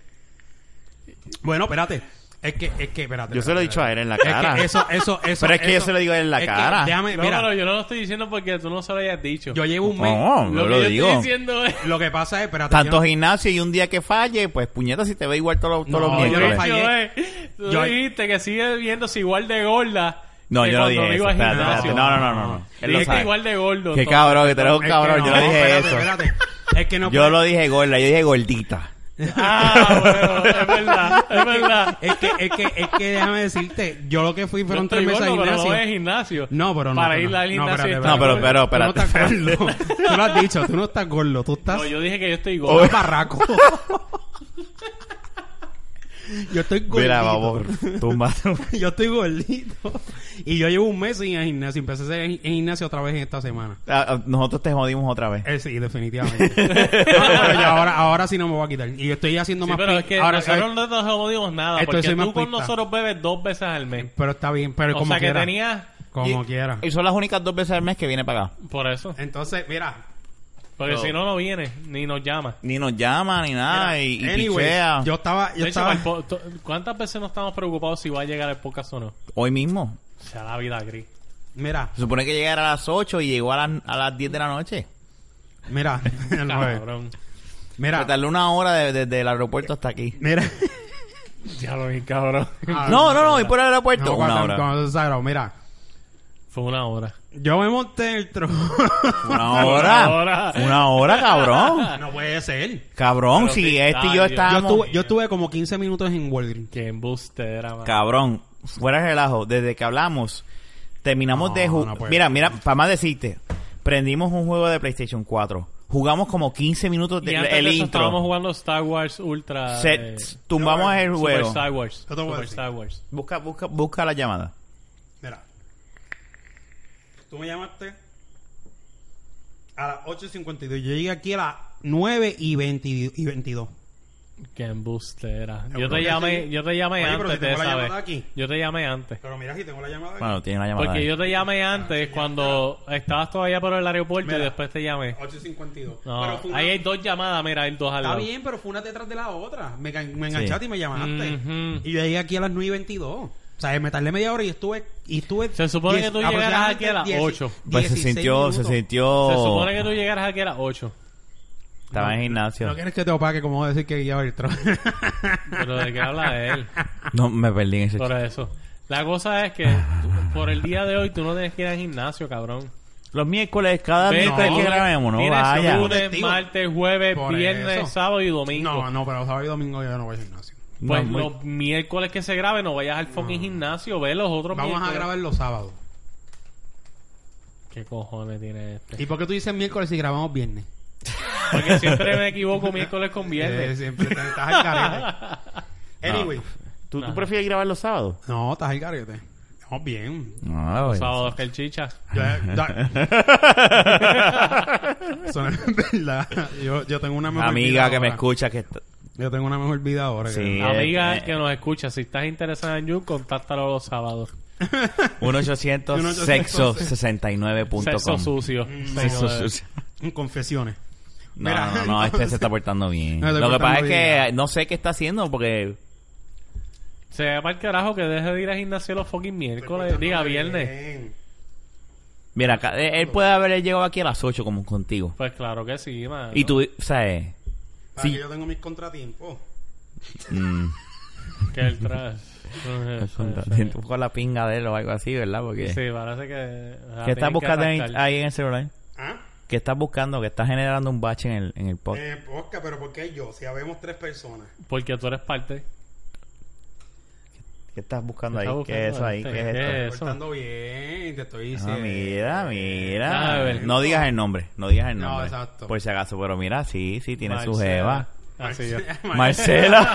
bueno, espérate. Es que, es que, espérate.
Yo se lo he
espérate,
dicho a él en la
espérate.
cara.
Es que eso, eso, eso.
Pero es que yo
eso-
se lo digo a él en la
es que,
cara.
déjame,
No,
mira,
pero yo no lo estoy diciendo porque tú no se lo hayas dicho.
yo llevo un mes.
No,
lo
yo lo
que yo
digo.
estoy diciendo es.
Lo que pasa es, espérate.
Tanto
yo-
gimnasio y un día que falle, pues puñeta si te ve igual todos los- todos
No,
los
yo
Yo eh.
miércoles.
no fallé.
Tú
Yo-
dijiste que sigue viéndose igual de gorda.
No,
que
yo no
cuando
dije
iba
eso.
al
Espérate,
gimnasio.
espérate. No, no, no, no. no. Él lo
Dijiste
sabe.
igual de gordo.
Qué
entonces.
cabrón, que tú eres un
es que
cabrón. Yo
no,
no dije
espérate,
eso.
Espérate. Es que no.
Yo lo dije gorda, yo dije gordita.
Ah, bueno, es verdad,
*laughs*
es verdad.
Es que, es que, es que déjame decirte, yo lo que fui
Yo
fueron
estoy
Eh, tres meses al
gordo, pero
gimnasio.
no voy al gimnasio.
No, pero no.
Para
tú
ir al
No,
gimnasio.
espérate,
está
No, pero-
gordo.
pero- espérate.
Tú no estás gordo.
*laughs*
Tú lo has dicho, tú no estás gordo, tú estás
No, yo dije que yo
Oh,
estoy
tú *laughs*
gordo.
*laughs*
estás barraco. yo estoy gordito.
Mira, vamos, tumba.
*laughs* Yo estoy gordito. Y yo llevo un mes sin ir al gimnasio. Empecé a hacer en en gimnasio otra vez en esta semana.
*laughs* Ah, ah, Nosotros te jodimos otra vez.
Eh, sí, definitivamente. *laughs* No, no, pero ya ahora, ahora sí no me voy a quitar. Y yo estoy haciendo
Sí,
más
pero
pi-
es que
ahora soy-
nosotros no nos jodimos nada.
Estoy-
Porque
soy más
tú con
pista.
nosotros bebes dos veces al mes.
Pero está bien, pero
O
como
sea que
quiera.
tenías...
Como
Y-
quiera.
Y son las únicas dos veces al mes que viene para acá.
Por eso.
Entonces, mira,
Porque
So-
si no, no viene, ni nos llama.
Ni nos llama ni nada y, y
Anyway,
pichea.
yo estaba... Yo
De hecho,
estaba...
al po- to- ¿cuántas veces nos estamos preocupados si va a llegar el podcast o no?
Hoy mismo.
O sea, la vida gris.
Mira,
Se supone que llegara a las 8 y llegó a las, a las 10 de la noche.
*laughs*
mira. *laughs* nueve.
Cabrón.
Se
mira,
tardó una hora de- desde el aeropuerto hasta aquí. *laughs*
mira.
Ya lo vi, cabrón.
No, no, no, y por el aeropuerto.
Ah, No,
una
cuando-
hora.
cuando se sagró, mira.
Fue una hora.
Yo me monté en el tro...
Una hora.
hora.
Una hora, cabrón.
*laughs* no puede ser.
Cabrón,
Pero
si
sí,
este y
ay,
yo
Dios.
Yo
estábamos.
tuve, yo tuve como 15 minutos en Walgreens.
Que embuste era, mano.
Cabrón, fuera de relajo, desde que hablamos, terminamos
No,
de jugar.
no puede
mira, mira, para más decirte, prendimos un juego de PlayStation 4. Jugamos como 15 minutos
Y
del
antes de eso estábamos
intro.
jugando Star Wars Ultra.
Se-
eh,
tumbamos
no,
el
Super
juego.
Star Wars.
Yo te voy a
Super
decir.
Star Wars.
Busca, busca, busca la llamada.
Mira. Tú me llamaste a las 8.52. Yo llegué aquí a las 9 y, 20 y 22.
Que embuste era.
Yo
Yo
creo
te
que
llamé,
sí.
yo te llamé
Oye, pero
antes
si
de
tengo la
esa vez.
llamada aquí.
Yo te llamé antes.
Pero mira si tengo la llamada.
Bueno, tiene una llamada.
Porque
ahí.
yo te llamé antes cuando estabas todavía por el aeropuerto y
Mira.
después te llamé.
8.52.
No,
Pero fue una-
ahí hay dos llamadas, mira, hay dos al
Está
lado.
bien, pero fue una detrás de la otra. Me, engan- me enganchaste
Sí.
y me llamaste.
Ujú.
Y yo llegué aquí a las 9 y 22. O sea, me tardé media hora y estuve... Y estuve
Se supone que tú llegaras aquí a las ocho.
Pues se sintió, se sintió.
Se supone que tú llegaras aquí a las 8.
Estaba en
No
gimnasio.
quieres que te opaque como decir que guiaba el tro.
Pero de qué habla él.
*laughs*
No, me perdí en ese
Por eso. La
*laughs*
cosa es que tú- por el día de hoy tú no tienes que ir al gimnasio, cabrón.
ch- Los miércoles, cada
Vete,
miércoles que
lunes,
grabemos, no
tienes
vaya.
lunes,
Ah, Testigo.
martes, jueves,
Por
viernes,
eso.
sábado y domingo.
*laughs* No, no, pero sábado y domingo yo no voy al gimnasio.
Pues
No, muy-
los miércoles que se grabe no vayas al fucking gimnasio, ve los otros
Vamos a
miércoles.
grabar los sábados.
¿Qué cojones tiene este?
¿Y por qué tú dices miércoles si grabamos viernes?
Porque siempre me equivoco miércoles con
*laughs* Eh,
viernes.
siempre te- estás al carete.
*laughs*
Anyway.
¿Tú, tú
Ajá.
prefieres grabar los sábados?
No, estás al carete. No,
*laughs*
bien.
No, pues. güey.
Sábados que el chicha.
Yo, da- eso no es verdad. Yo, yo tengo una mejor vida
*laughs* Amiga que me
ahora.
escucha que está-
Yo tengo una mejor vida ahora.
Sí.
que-
Amiga
eh.
que nos escucha, si estás interesada en You, contáctalo los sábados.
*laughs* 1-800 sexo 69.com.
Sexo sucio.
Mm,
Sexo
Señores.
sucio.
eh, Confesiones.
No,
Mira,
no, no, este se está portando *laughs* bien.
Me estoy
Lo que pasa es
portando bien.
que no sé qué está haciendo porque
Se llama el carajo que deje de ir al gimnasio los fucking miércoles.
Portándote
Diga viernes.
bien.
mira, acá, eh, él puede haber llegado aquí a las 8 como contigo.
Pues claro que sí, man.
Y tú, eh, ¿sabes?
Para
Sí.
que yo tengo mis contratiempos.
*laughs*
Mm,
Que
*laughs*
el tras.
tú con la pinga de él o algo así, ¿verdad? Porque
Sí, parece que.
¿qué estás buscando en-
arrancar.
ahí en el celular?
¿Ah?
¿Qué estás buscando? Que estás generando un bache en el en el podcast.
Eh, Oscar, pero ¿por qué yo? Si habemos tres personas.
Porque tú eres parte.
¿Qué estás buscando
¿Qué
ahí?
estás
¿Qué es
buscando
eso ahí?
ahí? Eh,
¿Qué es
¿Qué
esto?
es? Eso.
Portando bien, te estoy
Ah,
diciendo.
mira,
*laughs*
mira.
Ah, a ver.
no digas el nombre, no digas el
No,
nombre.
exacto.
Por si acaso, pero mira, sí, sí, tiene su
Marcela.
jeva.
Así es.
*laughs* Ah,
Marcela.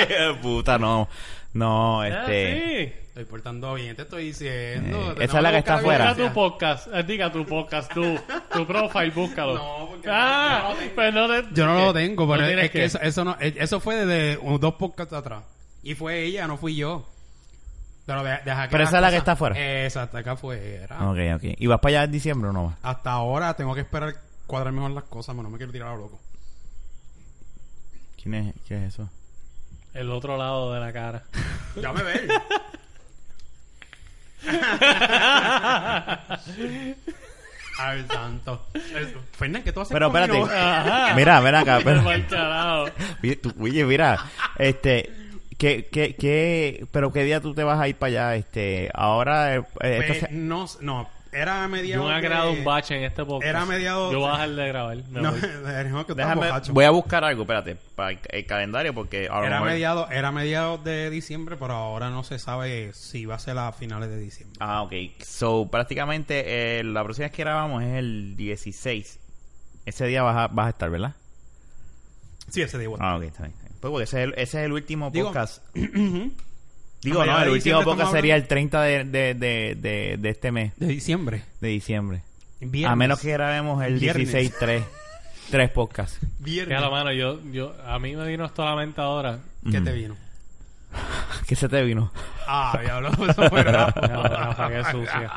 *laughs*
*laughs* Puta, no. No, este.
Este.
Estoy portando bien, te estoy diciendo.
Eh,
Te
esa es la
tengo
que está
buscar
afuera.
Diga
Gracias.
tu podcast, eh, diga tu podcast, tu, tu profile, búscalo.
No, porque
ah,
no, yo no lo tengo. Yo Eh, no lo
pues no te-
tengo, pero
No
es-
tienes
es que,
que.
eso, eso no, eh, eso fue desde un- dos podcasts atrás. Y fue ella, no fui yo. Pero, de- deja que
Pero
las
esa es la que
cosas- Eh,
está afuera.
Exacto, acá afuera.
Ok, ok. ¿Y vas para allá en diciembre o no vas?
Hasta ahora tengo que esperar cuadrar mejor las cosas, mano, no me quiero tirar a lo loco.
¿Quién es, quién es eso?
El otro lado de la cara.
Ya me
*laughs*
ven. Al tanto. Fernández, ¿qué tú haces
Pero
con
espérate. eh,
mi novia?
Ajá.
Mira, ven *laughs* acá.
El *laughs*
pero-
mal chalado.
Oye, tú- oye, mira. Este. ¿Qué, qué, qué, pero qué día tú te vas a ir para allá? Este. Ahora. eh, eh, esta
Pues,
se-
no, no, era a mediados.
Yo me ha creado
de-
un bache en este podcast.
Era mediados- *laughs*
Yo voy a dejar de grabar. me
No, *laughs*
voy.
Déjame que estás
déjame-
borracho.
voy a buscar algo, espérate. Para el, el calendario, porque ahora.
Era mediados, era mediados de diciembre, pero ahora no se sabe si va a ser a finales de diciembre.
Ah, ok. So, prácticamente eh, la próxima vez que grabamos es el 16. Ese día vas a, vas a estar, ¿verdad?
Sí, ese día. igual.
Ah, ok, está bien. está bien. Pues porque ese es el, ese es el último
*clears throat* Digo,
podcast. Digo,
a
no,
mediados
el
de
último
diciembre
podcast
estamos
sería el 30 de, de, de, de, de este mes,
De diciembre.
de diciembre.
Viernes.
A menos que grabemos el
Viernes.
16, 3. Tres podcasts.
Viernes.
Mm.
Fíjate, mano, yo, yo, a mí me vino esto a la mente ahora.
¿Qué
Ujú.
te vino?
¿Qué se te vino?
Ah, diablo, *laughs*
*laughs*
eso fue rápido.
No, Rafa, qué sucia.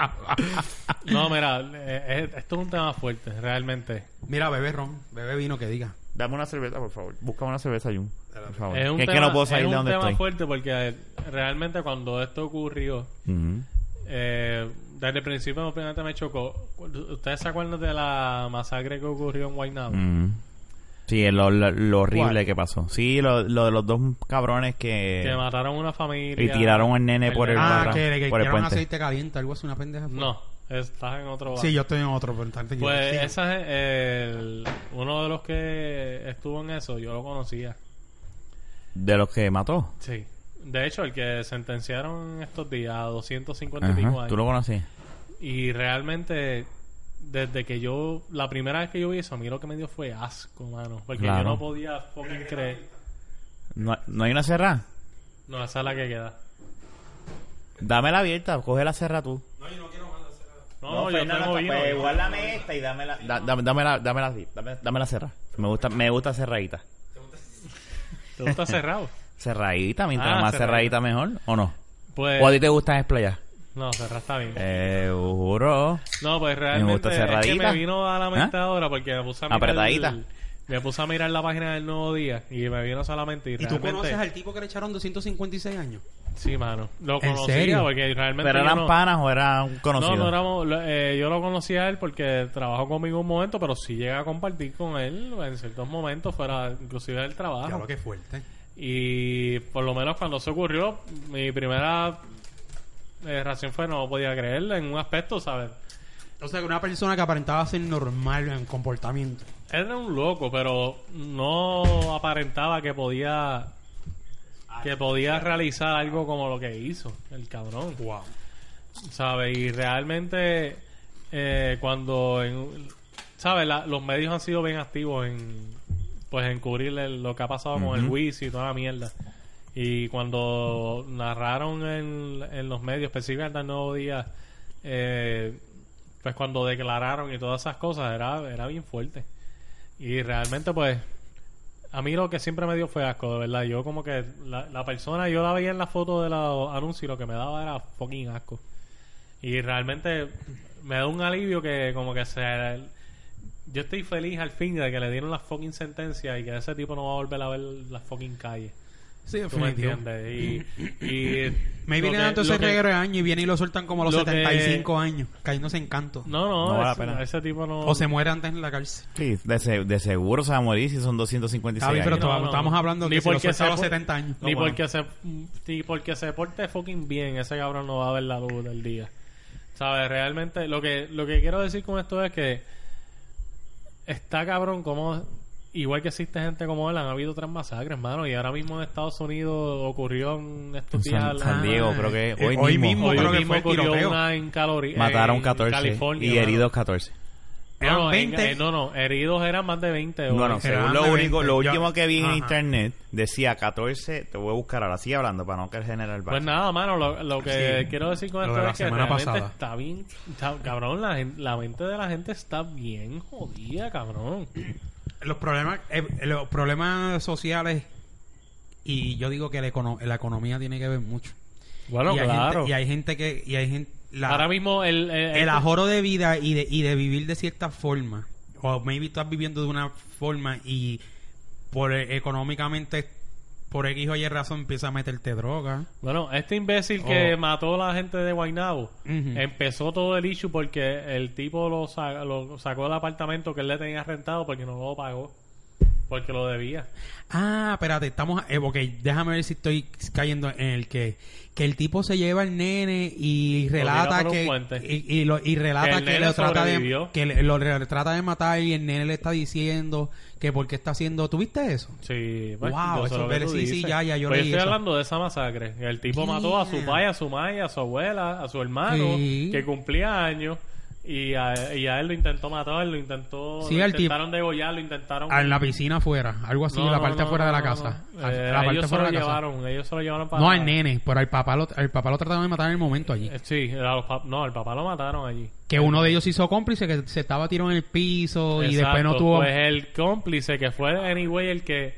No, mira, eh, eh, esto es un tema fuerte, realmente.
Mira, bebé ron, bebé vino que diga.
Dame una cerveza, por favor. Busca una cerveza, Jun. Por favor.
Es un
que, es
tema,
que no puedo salir
es
de
un
donde
tema
estoy.
fuerte porque eh, realmente cuando esto ocurrió,
Ujú.
eh, desde el principio obviamente me chocó. ¿Ustedes se acuerdan de la masacre que ocurrió en Guaynabo?
Mm. Sí, lo, lo- lo horrible
¿Cuál?
que pasó. Sí, lo, lo de los dos cabrones
Que
que...
mataron a una familia.
eh. Y tiraron al nene por el,
Ah,
Ah,
barra-
que le que
por el
quieran
puente.
aceite caliente, algo así, una pendeja. fue.
No, estás en otro barrio.
Sí, yo estoy en otro, pero tanto yo-
Pues
sí.
esa es el- uno de los que estuvo en eso, yo lo conocía.
De los que mató.
Sí. De hecho, el que sentenciaron estos días a 250 y
Ajá.
pico años.
Tú lo conocí.
Y realmente, desde que yo, la primera vez que yo vi eso, a mí lo que me dio fue asco, mano. Porque
Claro.
yo no podía fucking creer.
No, no hay una cerrada.
No, esa es la que queda.
Dame la abierta, coge la cerra tú.
No,
pues,
pues, yo tengo vino.
guárdame esta y dame la... dame, dame la, dame la, dame, dame la cerra. Me gusta, me gusta cerradita.
¿Te gusta cerrado?
Cerradita, mientras
Ah,
más cerradita
cerradita.
mejor, ¿o no?
Pues,
¿O a ti te gustan explayas?
no, cerrado está bien.
Eh, juro.
No, pues
Me gusta
realmente es que
cerradita.
me vino a la mente
¿Ah?
ahora porque me puse a mirar...
Apretadita.
el- me puse a mirar la página del Nuevo Día y me vino solamente y
¿Y tú
realmente...
conoces al tipo que le echaron 256 años?
Sí, mano. Lo
¿En
conocía
serio?
porque realmente...
¿Pero
yo
eran
no-
panas o eran conocidos?
No, no éramos, lo- eh, yo lo conocí a él porque trabajó conmigo un momento, pero sí llegué a compartir con él en ciertos momentos, fuera inclusive del trabajo.
Ya lo que fuerte.
Y por lo menos cuando se ocurrió, mi primera eh, reacción fue no podía creerle en un aspecto, ¿sabes?
O sea, que una persona que aparentaba ser normal en comportamiento.
Era un loco, pero no aparentaba que podía que podía realizar algo como lo que hizo el cabrón.
Wow.
¿sabes? Y realmente, eh, cuando, en- ¿sabes? La- los medios han sido bien activos en, pues, en cubrir el- lo que ha pasado con el juicio y toda la mierda. Y cuando narraron en, en los medios, pues, específicamente al Nuevo Día, eh, pues cuando declararon y todas esas cosas, era, era bien fuerte. Y realmente, pues, a mí lo que siempre me dio fue asco, de verdad. Yo como que la, la persona, yo la veía en la foto de los anuncios y lo que me daba era fucking asco. Y realmente me da un alivio que como que se... Yo estoy feliz al fin de que le dieron la fucking sentencia y que ese tipo no va a volver a ver la fucking calle.
Sí,
¿Tú me
definitivo.
entiendes? Y... y
*laughs* Me
lo
viene
que-
dando
lo
ese
que-
reguero de año y viene y lo sueltan como a los
lo que-
75 años, cayéndose en canto.
No, no,
No vale la
ese,
pena.
ese tipo no...
O se muere antes en la cárcel.
Sí, de, se- de seguro se va a morir si son 256
Está bien, pero
años.
estamos- estamos hablando que si lo suelta a los
fu-
70 años.
Ni,
No, bueno.
porque se, ni porque se porte fucking bien, ese cabrón no va a ver la luz del día. ¿Sabes? Realmente, lo que, lo que quiero decir con esto es que está cabrón como... Igual que existe gente como él, han habido otras masacres, hermano. Y ahora mismo en Estados Unidos ocurrió en estos
En San-
días...
San
la-
Diego, creo que hoy mismo.
Hoy
Ah, creo que
mismo
fue el
ocurrió
tiroteo.
una en Calori-
Mataron
eh, en
14
California, Eh,
y
hermano.
heridos 14.
No, no,
Eran
en-
20.
eh, no, no, heridos eran más de 20.
No,
hoy.
no,
Eran
según lo
de
único,
20,
lo
ya.
último que vi en
Ajá.
internet decía 14, te voy a buscar ahora, sigue hablando para no que el general vaya.
Pues nada, mano, lo, lo que
Sí.
quiero decir con
Lo
esto
de la
es que
semana
realmente
pasada.
está bien, está- cabrón, la, gen- la mente de la gente está bien jodida, cabrón.
Los problemas, eh, los problemas sociales y yo digo que la, econo- la economía tiene que ver mucho.
Bueno,
y hay
claro.
Gente, y hay gente que... Y hay gente, la-
Ahora mismo el... este, el,
el ajoro de vida y de, y de vivir de cierta forma, o maybe estás viviendo de una forma y por eh, económicamente, por X o Y razón, empieza a meterte droga.
Bueno, este imbécil que
Oh.
mató a la gente de Guaynabo
Ujú.
empezó todo el issue porque el tipo lo, sa- lo sacó del apartamento que él le tenía rentado porque no lo pagó, porque lo debía.
Ah, espérate, estamos. Eh, ok, déjame ver si estoy cayendo en el que. Que el tipo se lleva al nene y relata
por un
que.
puente.
Y, y lo- y relata
Que
que,
el nene
lo trata de.
sobrevivió.
Que le- lo re- trata de matar y el nene le está diciendo que por qué está haciendo. ¿Tuviste eso?
Sí, pues,
Wow,
yo sé
eso
lo que
es-
tú
sí, sí,
dices.
ya, ya, yo
Pues
leí
estoy
eso.
hablando de esa masacre. El tipo mató a su
Damn.
padre, a su madre, a su abuela, a su hermano,
Sí.
que cumplía años. Y a, y a él lo intentó matar, lo intentó...
Sí,
lo
al tipo-
intentaron degollar, lo intentaron...
Ah, en la piscina afuera, algo así,
No,
en la
no,
parte
no,
afuera de la
no, no,
casa.
no.
A-
Eh,
la parte
ellos se
afuera
lo
de la casa.
llevaron, ellos se lo llevaron para...
No al nene, pero al papá lo, al papá lo trataron de matar en el momento allí.
Eh, Sí, a los pap- no, al papá lo mataron allí.
Que uno de ellos se hizo cómplice, que se estaba tirado en el piso y después no
Exacto, eh,
tuvo.
Pues el cómplice que fue, anyway, el que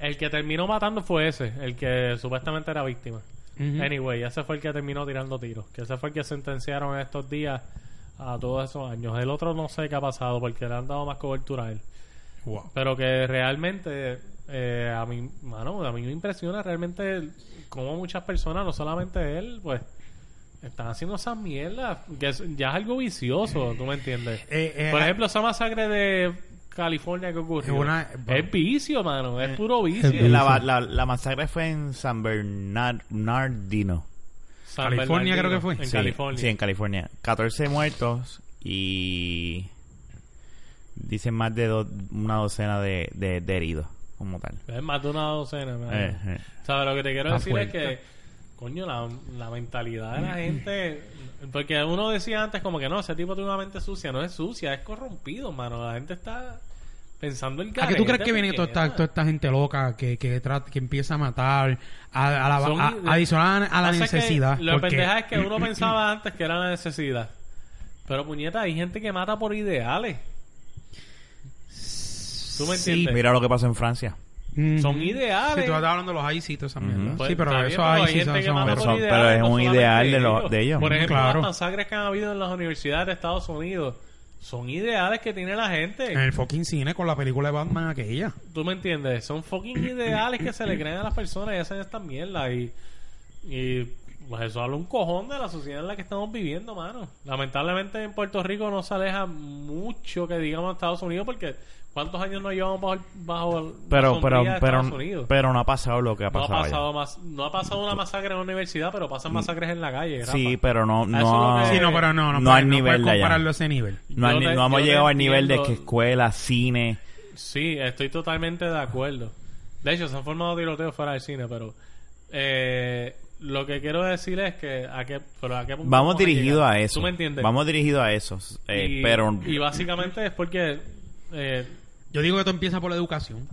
El que terminó matando fue ese, el que supuestamente era víctima.
Ujú.
Anyway, ese fue el que terminó tirando tiros. Que ese fue el que sentenciaron en estos días a todos esos años. El otro no sé qué ha pasado porque le han dado más cobertura a él.
Wow.
Pero que realmente, eh, a mí, mano, a mí me impresiona realmente cómo muchas personas, no solamente él, pues, están haciendo esas mierdas. Que es- ya es algo vicioso, ¿tú me entiendes?
Eh, eh,
Por ejemplo, esa masacre de California que ocurrió.
Es una- eh,
es vicio, mano, es puro vicio.
es
Eh, La, la- la, la masacre fue en San Bernar- Bernardino.
San
California creo que fue.
En
Sí,
California.
Sí, en California. 14 muertos y dicen más de do- una docena de, de- de heridos como tal.
Es más de una docena. mano.
Eh, eh.
¿Sabes? Lo que te quiero
Está
decir es
fuerte.
que, coño, la, la mentalidad de la gente. Porque uno decía antes, como que no, ese tipo tiene una mente sucia. No es sucia, es corrompido, mano. La gente está pensando en
¿A qué tú crees que viene toda esta, toda esta gente loca que, que, trata- que empieza a matar, a, a, la-
Son-
a- a adicionar a la necesidad?
La
porque-
pendeja es
*clears throat*
que uno pensaba antes que era la necesidad. Pero puñeta, hay gente que mata por ideales. ¿Tú me
Sí,
entiendes?
Mira lo que pasó en Francia.
Ujú.
Son
Si
ideales.
tú estás hablando de los ICitos también,
Ujú.
¿no?
Pues,
sí, pero
está
eso
bien, pero
ahí sí
gente
son-
que
son-
mata
Pero,
por
son-
ideales,
pero es
no
un
solamente
ideal de, lo- de ellos.
Por ejemplo,
Claro.
las masacres que han habido en las universidades de Estados Unidos son ideales que tiene la gente.
en el fucking cine con la película de Batman aquella.
¿Tú me entiendes? Son fucking ideales que se le creen a las personas y hacen esta mierda. Y, y pues eso habla un cojón de la sociedad en la que estamos viviendo, mano. Lamentablemente en Puerto Rico no se aleja mucho que digamos Estados Unidos porque ¿cuántos años nos llevamos bajo, bajo la
Pero,
sombrilla
pero,
de Estados Unidos?
pero, pero no ha pasado lo que ha
No ha
pasado. allá. Mm.
pasado más, no ha pasado una masacre en la universidad, pero pasan masacres en la calle. Rafa.
Sí, pero no,
A eso
no,
es lo
Sí,
que-
no, pero no, no,
No al
puedes-
nivel
puedes
de allá.
compararlo a ese nivel.
no,
Yo
han-
te-
no hemos
yo te
llegado al nivel de
entiendo.
que escuela, cine.
Sí, estoy totalmente de acuerdo. De hecho, se han formado tiroteos fuera del cine, pero eh, lo que quiero decir es que a qué, pero a qué punto
Vamos
a
dirigido
llegar.
a eso.
¿Tú me entiendes?
Vamos dirigido a eso. eh,
y,
pero
y básicamente es porque eh,
Yo digo que todo empieza por la educación.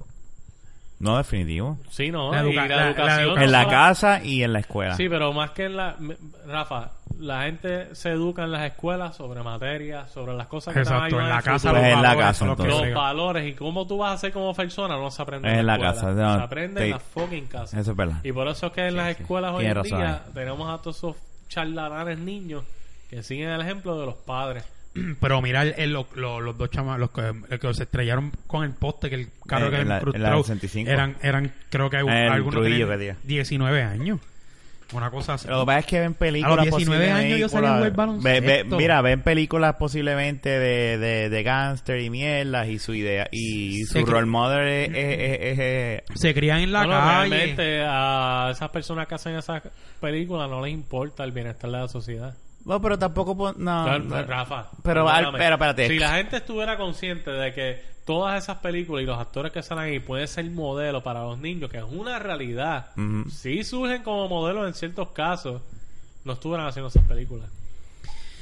no definitivo.
sí, no,
La
y
educa- la- la
educación
educa-
no
En la
sola-
casa y en la escuela.
Sí, pero más que en la me- Rafa, la gente se educa en las escuelas sobre materias, sobre las cosas que te van a
Exacto,
ayudar
en
en
la
el
casa.
futuro.
Pues
los
en la casa, entonces.
valores, lo que
los
sea.
valores y cómo tú vas a ser como persona no se aprende
Es en la
escuela.
casa, no,
se aprende en
te-
la fucking casa
Eso es verdad.
Y por eso es que en las escuelas hoy en
Tienes razón
día tenemos a todos esos charlatanes niños que siguen el ejemplo de los padres.
Pero mira el- el- lo- lo- los dos chamas, los que, los que se estrellaron con el poste, que el carro
En-
que
Eh, en la-
incrustó,
en la 65.
eran, eran, creo que
El
algunos
Trujillo
tenían
que diga.
19 años. Una cosa así.
Lo que pasa es que ven películas.
A los 19 años
posiblemente-
yo salí a jugar baloncesto.
Ve- ve- mira, ven películas posiblemente de, de, de gángster y mierdas y su idea. Y su
Se-
role model es. es- es- es-
Se crían en la
Bueno,
calle.
realmente a esas personas que hacen esas películas no les importa el bienestar de la sociedad.
No, pero tampoco. pon- No,
Claro,
no.
Rafa.
Ah, Pero, al-
perdóname.
pero espérate.
Si la gente estuviera consciente de que todas esas películas y los actores que salen ahí pueden ser modelos para los niños, que es una realidad,
Ujú.
sí surgen como modelos en ciertos casos, no estuvieran haciendo esas películas.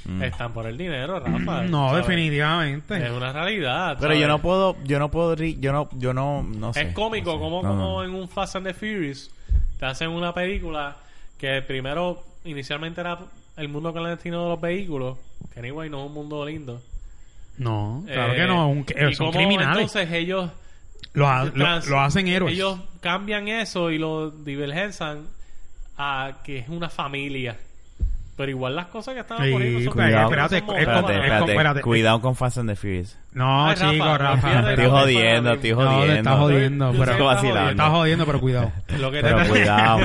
Mm.
Están por el dinero, Rafa.
No,
¿sabes?
definitivamente.
Es una realidad.
Pero
¿sabes?
yo no puedo. Yo no puedo. ri- Yo no. Yo no. no sé,
Es cómico
no sé.
como,
No, no.
como en un Fast and the Furious te hacen una película que primero inicialmente era el mundo clandestino de los vehículos, que anyway no es un mundo lindo.
No, claro
Eh,
que no. un- eh,
y
son
cómo
criminales.
Entonces ellos
Lo, ha- lo-
trans-
lo hacen héroes.
Ellos cambian eso y lo divergencian a que es una familia. Pero igual las cosas que están
Sí,
ocurriendo son
cuidado.
son
Espérate,
modelos.
Espérate,
Es como- es
espérate,
como- espérate.
Cuidado con Fast and the Furious.
No,
Ay, Rafa,
chico, Rafa.
olvídate de
Estoy
la-
pero-
jodiendo, estoy
No,
jodiendo.
te estás jodiendo.
Yo
pero-
sé que estás
vacilando.
Estás jodiendo, pero *laughs* cuidado.
Lo que te-
Pero cuidado.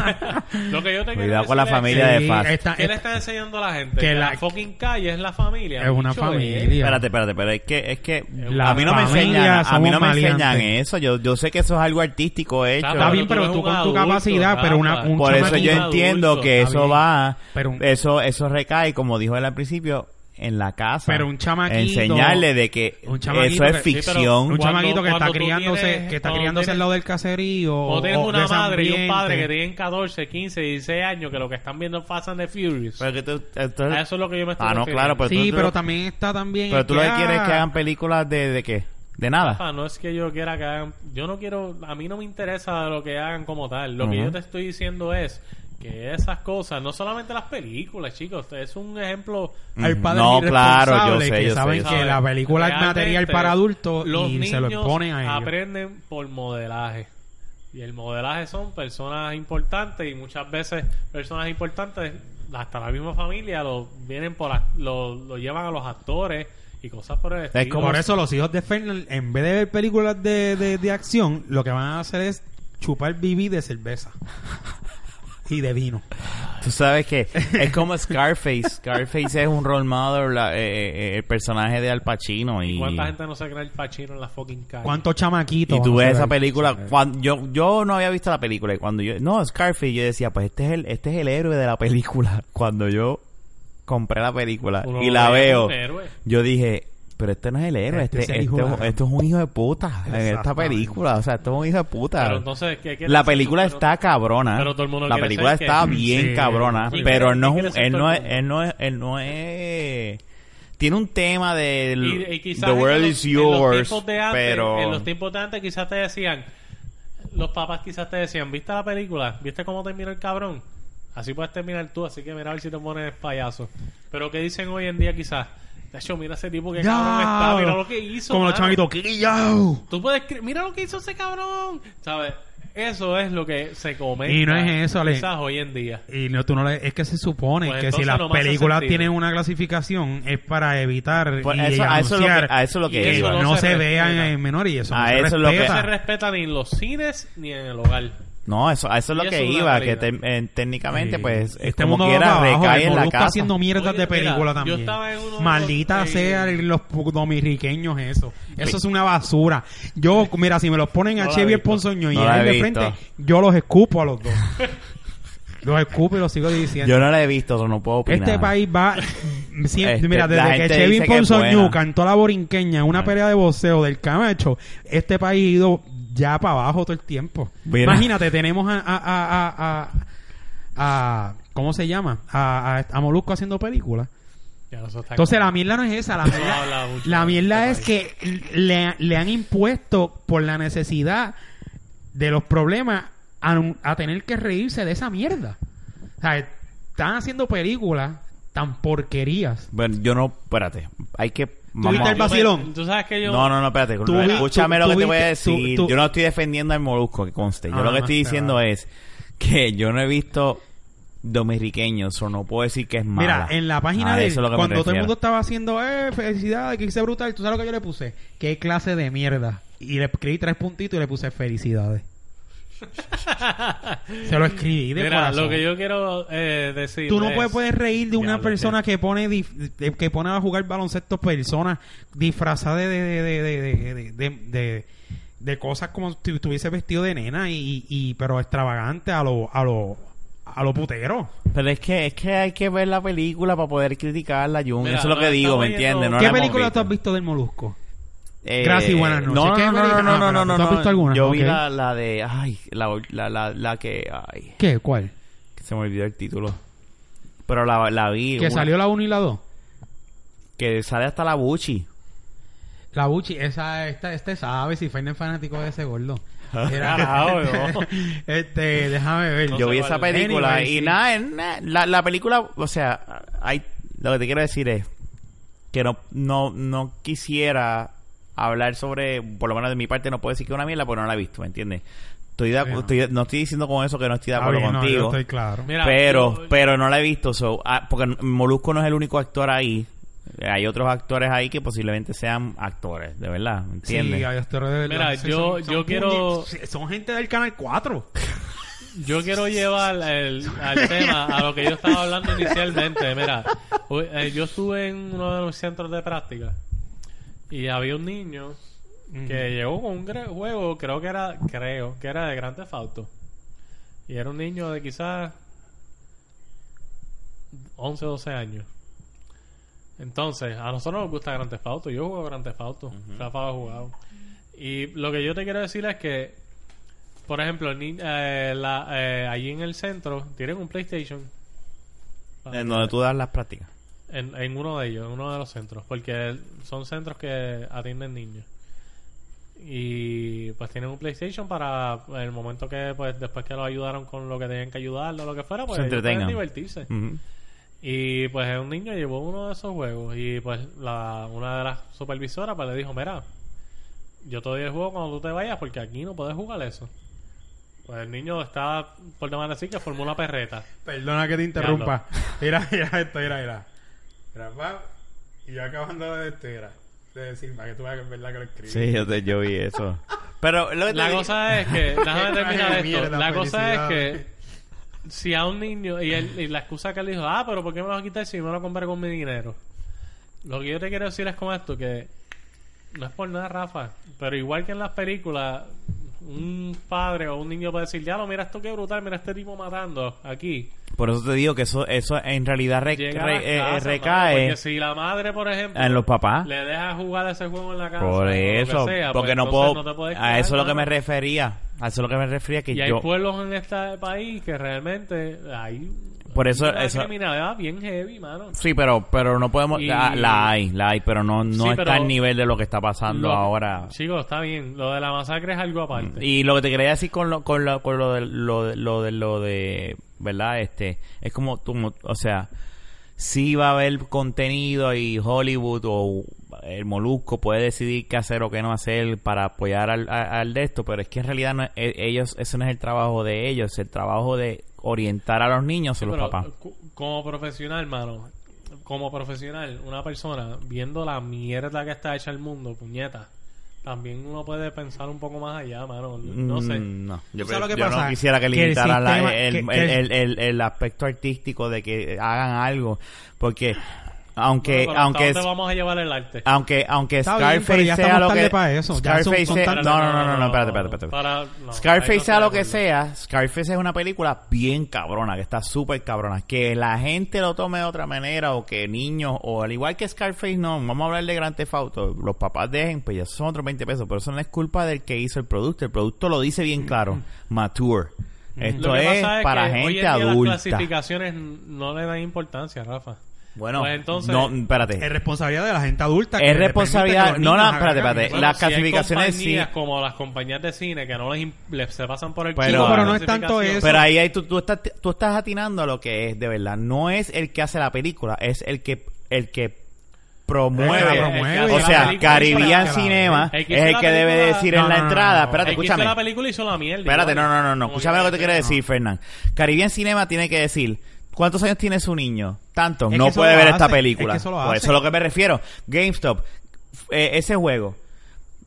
*laughs* lo que yo te quiero
Cuidado con la
decir es que-
Familia de
Sí,
Fast.
esta-
¿Qué le
esta-
está enseñando a la gente?
Que
Que
la-
la fucking calle es la familia.
Es una
bicho, eh.
familia.
Espérate, espérate, pero es que, es que
La
a mí no me
familia
enseñan, a mí
somos
no me enseñan
maleantes.
eso. Yo, yo sé que eso es algo artístico hecho.
Está bien, pero
eres
tú
un
con tu
adulto,
capacidad,
Rafa.
pero una- un
Por eso yo
chamaquito.
entiendo que
Está
eso
bien.
va,
Pero un-
eso, eso recae, como dijo él al principio, en la casa.
Pero un chamaquito-
Enseñarle de que
un chamaquito
eso es
que- sí,
pero
ficción.
un
Cuando-
chamaquito que está
cuando tú
criándose,
tienes-
que está
cuando
criándose al
tienes-
lado del caserío.
O tienes
de
una
ese
madre y un
ambiente.
padre que tienen 14, 15, 16 años que lo que están viendo es Fast and the Furious.
Pero que tú-
A
entonces-
eso es lo que yo me estoy
ah, no,
refiriendo.
claro, pero
Sí,
tú,
pero también está también.
pero
el
tú lo que
ah,
quieres es que hagan películas de, de qué? De nada.
Rafa, Ah, no es que yo quiera que hagan... Yo no quiero... A mí no me interesa lo que hagan como tal. Lo que
Ujú.
yo te estoy diciendo es que esas cosas, no solamente las películas, chicos, es un ejemplo...
Hay padres
No,
irresponsables
claro, yo sé,
que
yo sé,
saben
yo
que
sé.
la película es
Realmente,
material para adultos
los
y se lo
niños
exponen a ellos.
aprenden por modelaje. Y el modelaje son personas importantes y muchas veces personas importantes, hasta la misma familia, lo vienen por a- lo, lo llevan a los actores y cosas por el
sea, es
estilo.
como-
Por eso los hijos de Fernan, en vez de ver películas de, de, de acción, lo que van a hacer es chupar BB de cerveza. Y de vino.
Tú sabes que es como
*laughs*
Scarface. Scarface es un role model, la- eh, eh, el personaje de Al Pacino. Y,
¿Cuánta gente no se cree el Pachino en la fucking calle?
¿Cuántos chamaquitos?
y tú
van
ves
a hacer
esa
ahí?
película. cuan- yo, yo no había visto la película. Y cuando yo. No, Scarface, yo decía, pues este es el, este es el héroe de la película. *laughs* Cuando yo compré la película
Uno
y
lo
la
ve eh.
veo,
como un héroe.
yo dije. Pero este no es el héroe,
Este
este,
es el hijo
este-
de la-
esto es un hijo de puta en esta
Exactamente.
película. O sea, esto es un hijo de puta.
Pero entonces, ¿qué quiere
La
decir?
película
Pero-
está cabrona.
pero todo el mundo
la
quiere
película
ser
está
que-
bien
Sí.
cabrona,
Sí,
pero
pero ¿qué
no
quiere
es un-
ser
él
todo
no
el
es él no es él no es tiene un tema de
Y- y quizás
The
en
world
los-
is
en los
yours,
tiempos de antes-
pero
En los tiempos de antes quizás te decían, los papás quizás te decían, ¿viste la película? ¿Viste cómo termina el cabrón? Así puedes terminar tú, así que mira a ver si te pones payaso. Pero ¿qué dicen hoy en día quizás? De hecho, mira ese tipo que
Ya.
cabrón está, mira lo que hizo.
Como los
mano.
chamaquitos. "Qué guillao".
Tú puedes, cre- mira lo que hizo ese cabrón. ¿Sabes? Eso es lo que se comenta.
Y no es eso, Ale.
Quizás hoy en día.
Y no, tú no le- es que se supone
Pues
que si
entonces
las
no me hace
películas
sentido.
tienen una clasificación es para evitar
Pues
y
eso- a eso es lo que-
anunciar
a eso es lo que
que
iba.
no,
no
se,
se
vean
respeta.
en menor y eso no
A
se
eso es lo que-
No
respeta.
se respeta ni en los cines ni en el hogar.
no, eso a eso es
Y
lo que
eso es una
iba, que
realidad.
te- eh, técnicamente
Sí.
pues es
Este
como
mundo va
quiera
para abajo, el
recae en la
Molusco
casa.
haciendo mierdas
Oye,
de
mira,
película
yo
también.
estaba en uno de
Maldita
los- eh,
sea los pu- dominicanos eso. Eso es una basura. Yo, mira, si me los ponen a
No la he
Chevy
visto.
Ponzoño y
No
a
la
él
he
de frente,
visto.
yo los escupo a los dos. los escupo y los sigo diciendo.
Yo no la he visto, so no puedo opinar.
Este país
*laughs*
va. siempre-
Este,
mira,
la
desde que
gente
Chevy
dice que es
Ponzoñu
buena. Ah.
cantó la borinqueña en una pelea de boxeo del Camacho, este país ha ido ya para abajo todo el tiempo.
Mira.
Imagínate, tenemos a. a, a, a, a- a- ¿Cómo se llama? A, a, a Molusco haciendo películas.
Ya, eso está
Entonces, la mierda no es esa. La
Eso
mierda,
habla mucho
la
de
mierda es
este
que le, le han impuesto por la necesidad de los problemas a, a tener que reírse de esa mierda. O sea, están haciendo películas tan porquerías.
Bueno, yo no, espérate. Hay que
viste el
Yo me-
vacilón.
Tú sabes que yo...
No, no, no, espérate.
Tú vi-
Escúchame
tú-
lo
tú
que te voy a
viste- tú-
decir.
tú-
Yo no estoy defendiendo al molusco, que conste. Yo
Ah,
lo que
más
estoy
te
diciendo
vale.
es que yo no he visto dominiqueños, o no puedo decir que es mala.
Mira, en la página
Ah,
de
eso es lo que me
cuando todo el
refiero.
mundo estaba haciendo, eh, felicidades, que hice brutal, tú sabes lo que yo le puse, qué clase de mierda. Y le escribí tres puntitos y le puse
*laughs*
felicidades. Se lo escribí de
Mira,
corazón.
lo que yo quiero eh, decir
Tú no
es-
puedes, puedes reír de una
Diablo,
persona
qué-
que pone dif- de- que pone a jugar baloncesto personas disfrazadas de de, de, de, de, de- de- de- de cosas como si estuviese vestido de nena y, y pero extravagante a lo a lo a lo putero.
Pero es que, es que hay que ver la película para poder criticarla, Jun.
Mira,
eso es lo que
nos
digo, ¿me
estamos yendo-
entiendes? No la
¿Qué
hemos
película tú
visto.
has visto del molusco?
Eh,
Gracias y buenas noches.
No,
¿Qué
no, no, no,
película?
no,
Ah,
no,
pero
no,
¿tú has
no.
visto alguna?
Yo vi
Ok.
la, la de... Ay, la, la, la, la que... Ay,
¿Qué? ¿Cuál?
se me olvidó el título. Pero la, la vi.
Que
una-
salió la 1 y la 2.
Que sale hasta la Buchi.
La Buchi, esa, esta, este sabe si Fernan es fanático de
*laughs*
ese gordo.
Carajo, no.
*laughs* este, déjame ver.
No
yo
sé
vi esa
cuál.
película
Anyway,
y
sí.
nada, es nada. la, la película, o sea, hay, lo que te quiero decir es que no, no, no quisiera hablar sobre, por lo menos de mi parte, no puedo decir que es una mierda porque no la he visto, ¿me entiendes? Estoy de acu-
Sí, no.
estoy- no estoy diciendo con eso que no estoy de
Está
acuerdo
bien, no,
contigo.
yo estoy claro.
Mira,
pero,
yo-
pero no la he visto, so, ah, porque Molusco no es el único actor ahí. Eh, Hay otros actores ahí que posiblemente sean actores, de verdad, ¿me ¿entiendes?
Sí, hay actores de verdad.
Mira,
Sí,
yo- yo
puñe-
quiero-
Son gente del Canal 4.
Yo quiero llevar el- al tema, a lo que yo estaba hablando inicialmente. Mira, u- eh, yo estuve en uno de los centros de práctica y había un niño que llegó con un gre- juego, creo que era, creo que era de Grand Theft Auto. Y era un niño de quizás 11, 12 años. Entonces, a nosotros nos gusta Grand Theft Auto. Yo juego Grand Theft Auto. Rafa ha jugado. Y lo que yo te quiero decir es que por ejemplo, ni- eh, la- eh, allí en el centro tienen un PlayStation.
En Eh, donde tú das las prácticas.
En, en uno de ellos, en uno de los centros. Porque son centros que atienden niños. Y pues tienen un PlayStation para el momento que, pues después que lo ayudaron con lo que tenían que ayudarlo, lo que fuera, pues
Se
ellos pueden
entretengan.
divertirse.
Ujú.
Y pues un niño llevó uno de esos juegos y pues la, una de las supervisoras pues le dijo, mira, yo te doy el juego cuando tú te vayas porque aquí no puedes jugar eso. Pues el niño está, por demás así, que formó una perreta.
Perdona que te interrumpa. Mira, *laughs* mira esto, mira, mira. Mira, pa, y yo acabando de esto, mira. De decir, para que tú veas que es verdad que lo escribí.
Sí, yo, te, yo vi
*laughs*
eso. Pero lo que te
La
digo-
cosa es que, déjame terminar
Qué
esto.
mierda,
la cosa es
felicidades.
que si a un niño, y, él- y la excusa que él dijo, ah, pero ¿por qué me lo vas a quitar si me lo compré con mi dinero? Lo que yo te quiero decir es con esto, que no es por nada, Rafa, pero igual que en las películas, un padre o un niño puede decir, ya lo mira esto qué brutal, mira este tipo matando aquí.
Por eso te digo que eso, eso en realidad re-
Llega a
re-
las
eh, eh,
casas, mano,
recae
porque si la madre, por ejemplo,
en los papás.
le deja jugar ese juego en la casa. o
Por
lo que
eso,
sea,
porque
pues
no
entonces
puedo.
no te puedes
a eso es lo
quejar,
que me
mano.
refería. A eso es lo que me refería que
Y hay
yo.
pueblos en este país que realmente hay
Por eso-
una
eso-
criminalidad bien heavy, mano.
Sí, pero pero no podemos.
Y-
La, la hay, la hay, pero no, no
Sí,
está
pero-
al nivel de lo que está pasando
Lo-
ahora. Mm,
Chicos, está bien. Lo de la masacre es algo aparte.
Y lo que te quería decir con lo, con lo, con lo de lo de, lo de, lo de- ¿verdad? Este, es como tú, mo- o sea, sí va a haber contenido y Hollywood o el molusco puede decidir qué hacer o qué no hacer para apoyar al, a- al de esto, pero es que en realidad no, e- ellos, ese no es el trabajo de ellos, el trabajo de orientar a los niños son los
Pero,
papás.
cu- Como profesional, mano. Como profesional, una persona viendo la mierda que está hecha el mundo, puñeta. También uno puede pensar un poco más allá, mano. No sé.
Mm, no. Yo,
¿Tú sabes
pre-
lo que
yo
pasa?
no quisiera que
Que el
limitaran la-
sistema-
el,
que- que-
el- el- el- el aspecto artístico de que hagan algo. Porque, aunque,
Bueno, pero
aunque,
¿hasta dónde vamos a llevar el arte?
aunque, aunque
Está bien,
Scarface
pero ya
sea
estamos
lo
tarde
que.
para eso. Ya son-
Scarface
son
sea-
tarde.
Ah, no, no, no, no, no, espérate, espérate, espérate.
Para- no, ahí
Scarface
no
sea lo que
estoy de
sea, Scarface es una película bien cabrona, que está súper cabrona. Que la gente lo tome de otra manera o que niños, o al igual que Scarface, no, vamos a hablar de Grand Theft Auto. Los papás dejen, pues ya son otros 20 pesos, pero eso no es culpa del que hizo el producto. El producto lo dice bien
*laughs*
claro, mature. Esto
Lo que
es
pasa
para
que hoy en
gente
día
adulta. Eh,
Las clasificaciones no le dan importancia, Rafa.
Bueno,
Pues entonces-
no, espérate.
Es responsabilidad de la gente adulta. que
Es
le permite
responsabilidad-
que los
no,
niños
no,
hagan
espérate,
daño.
espérate.
Bueno,
las
si hay
clasificaciones
compañías
sí.
Como las compañías de cine que no les, im- les- se pasan por el
Pero-
culo
Sí, pero
la
no
es tanto
clasificación.
eso.
Pero ahí, ahí tú, tú estás, tú estás atinando a lo que es, de verdad. No es el que hace la película, es el que, el que promueve.
El que la promueve.
O sea,
El que hace la película.
Caribbean
El que
Cinema
hizo
es el
la
que debe
película-
decir
No,
en la
no, no,
entrada.
no.
Espérate,
El que hizo
escúchame.
la película hizo la mierda.
Espérate, no,
igual.
no, no, no.
Como
Escúchame lo que te
yo-
quiere decir, Fernán. Caribbean Cinema tiene que decir. ¿Cuántos años tiene su niño? Tanto.
Es que
no
eso
puede
lo
ver esta
hace,
película.
es que eso lo
Por
hace.
eso es lo que me refiero. GameStop. eh, ese juego.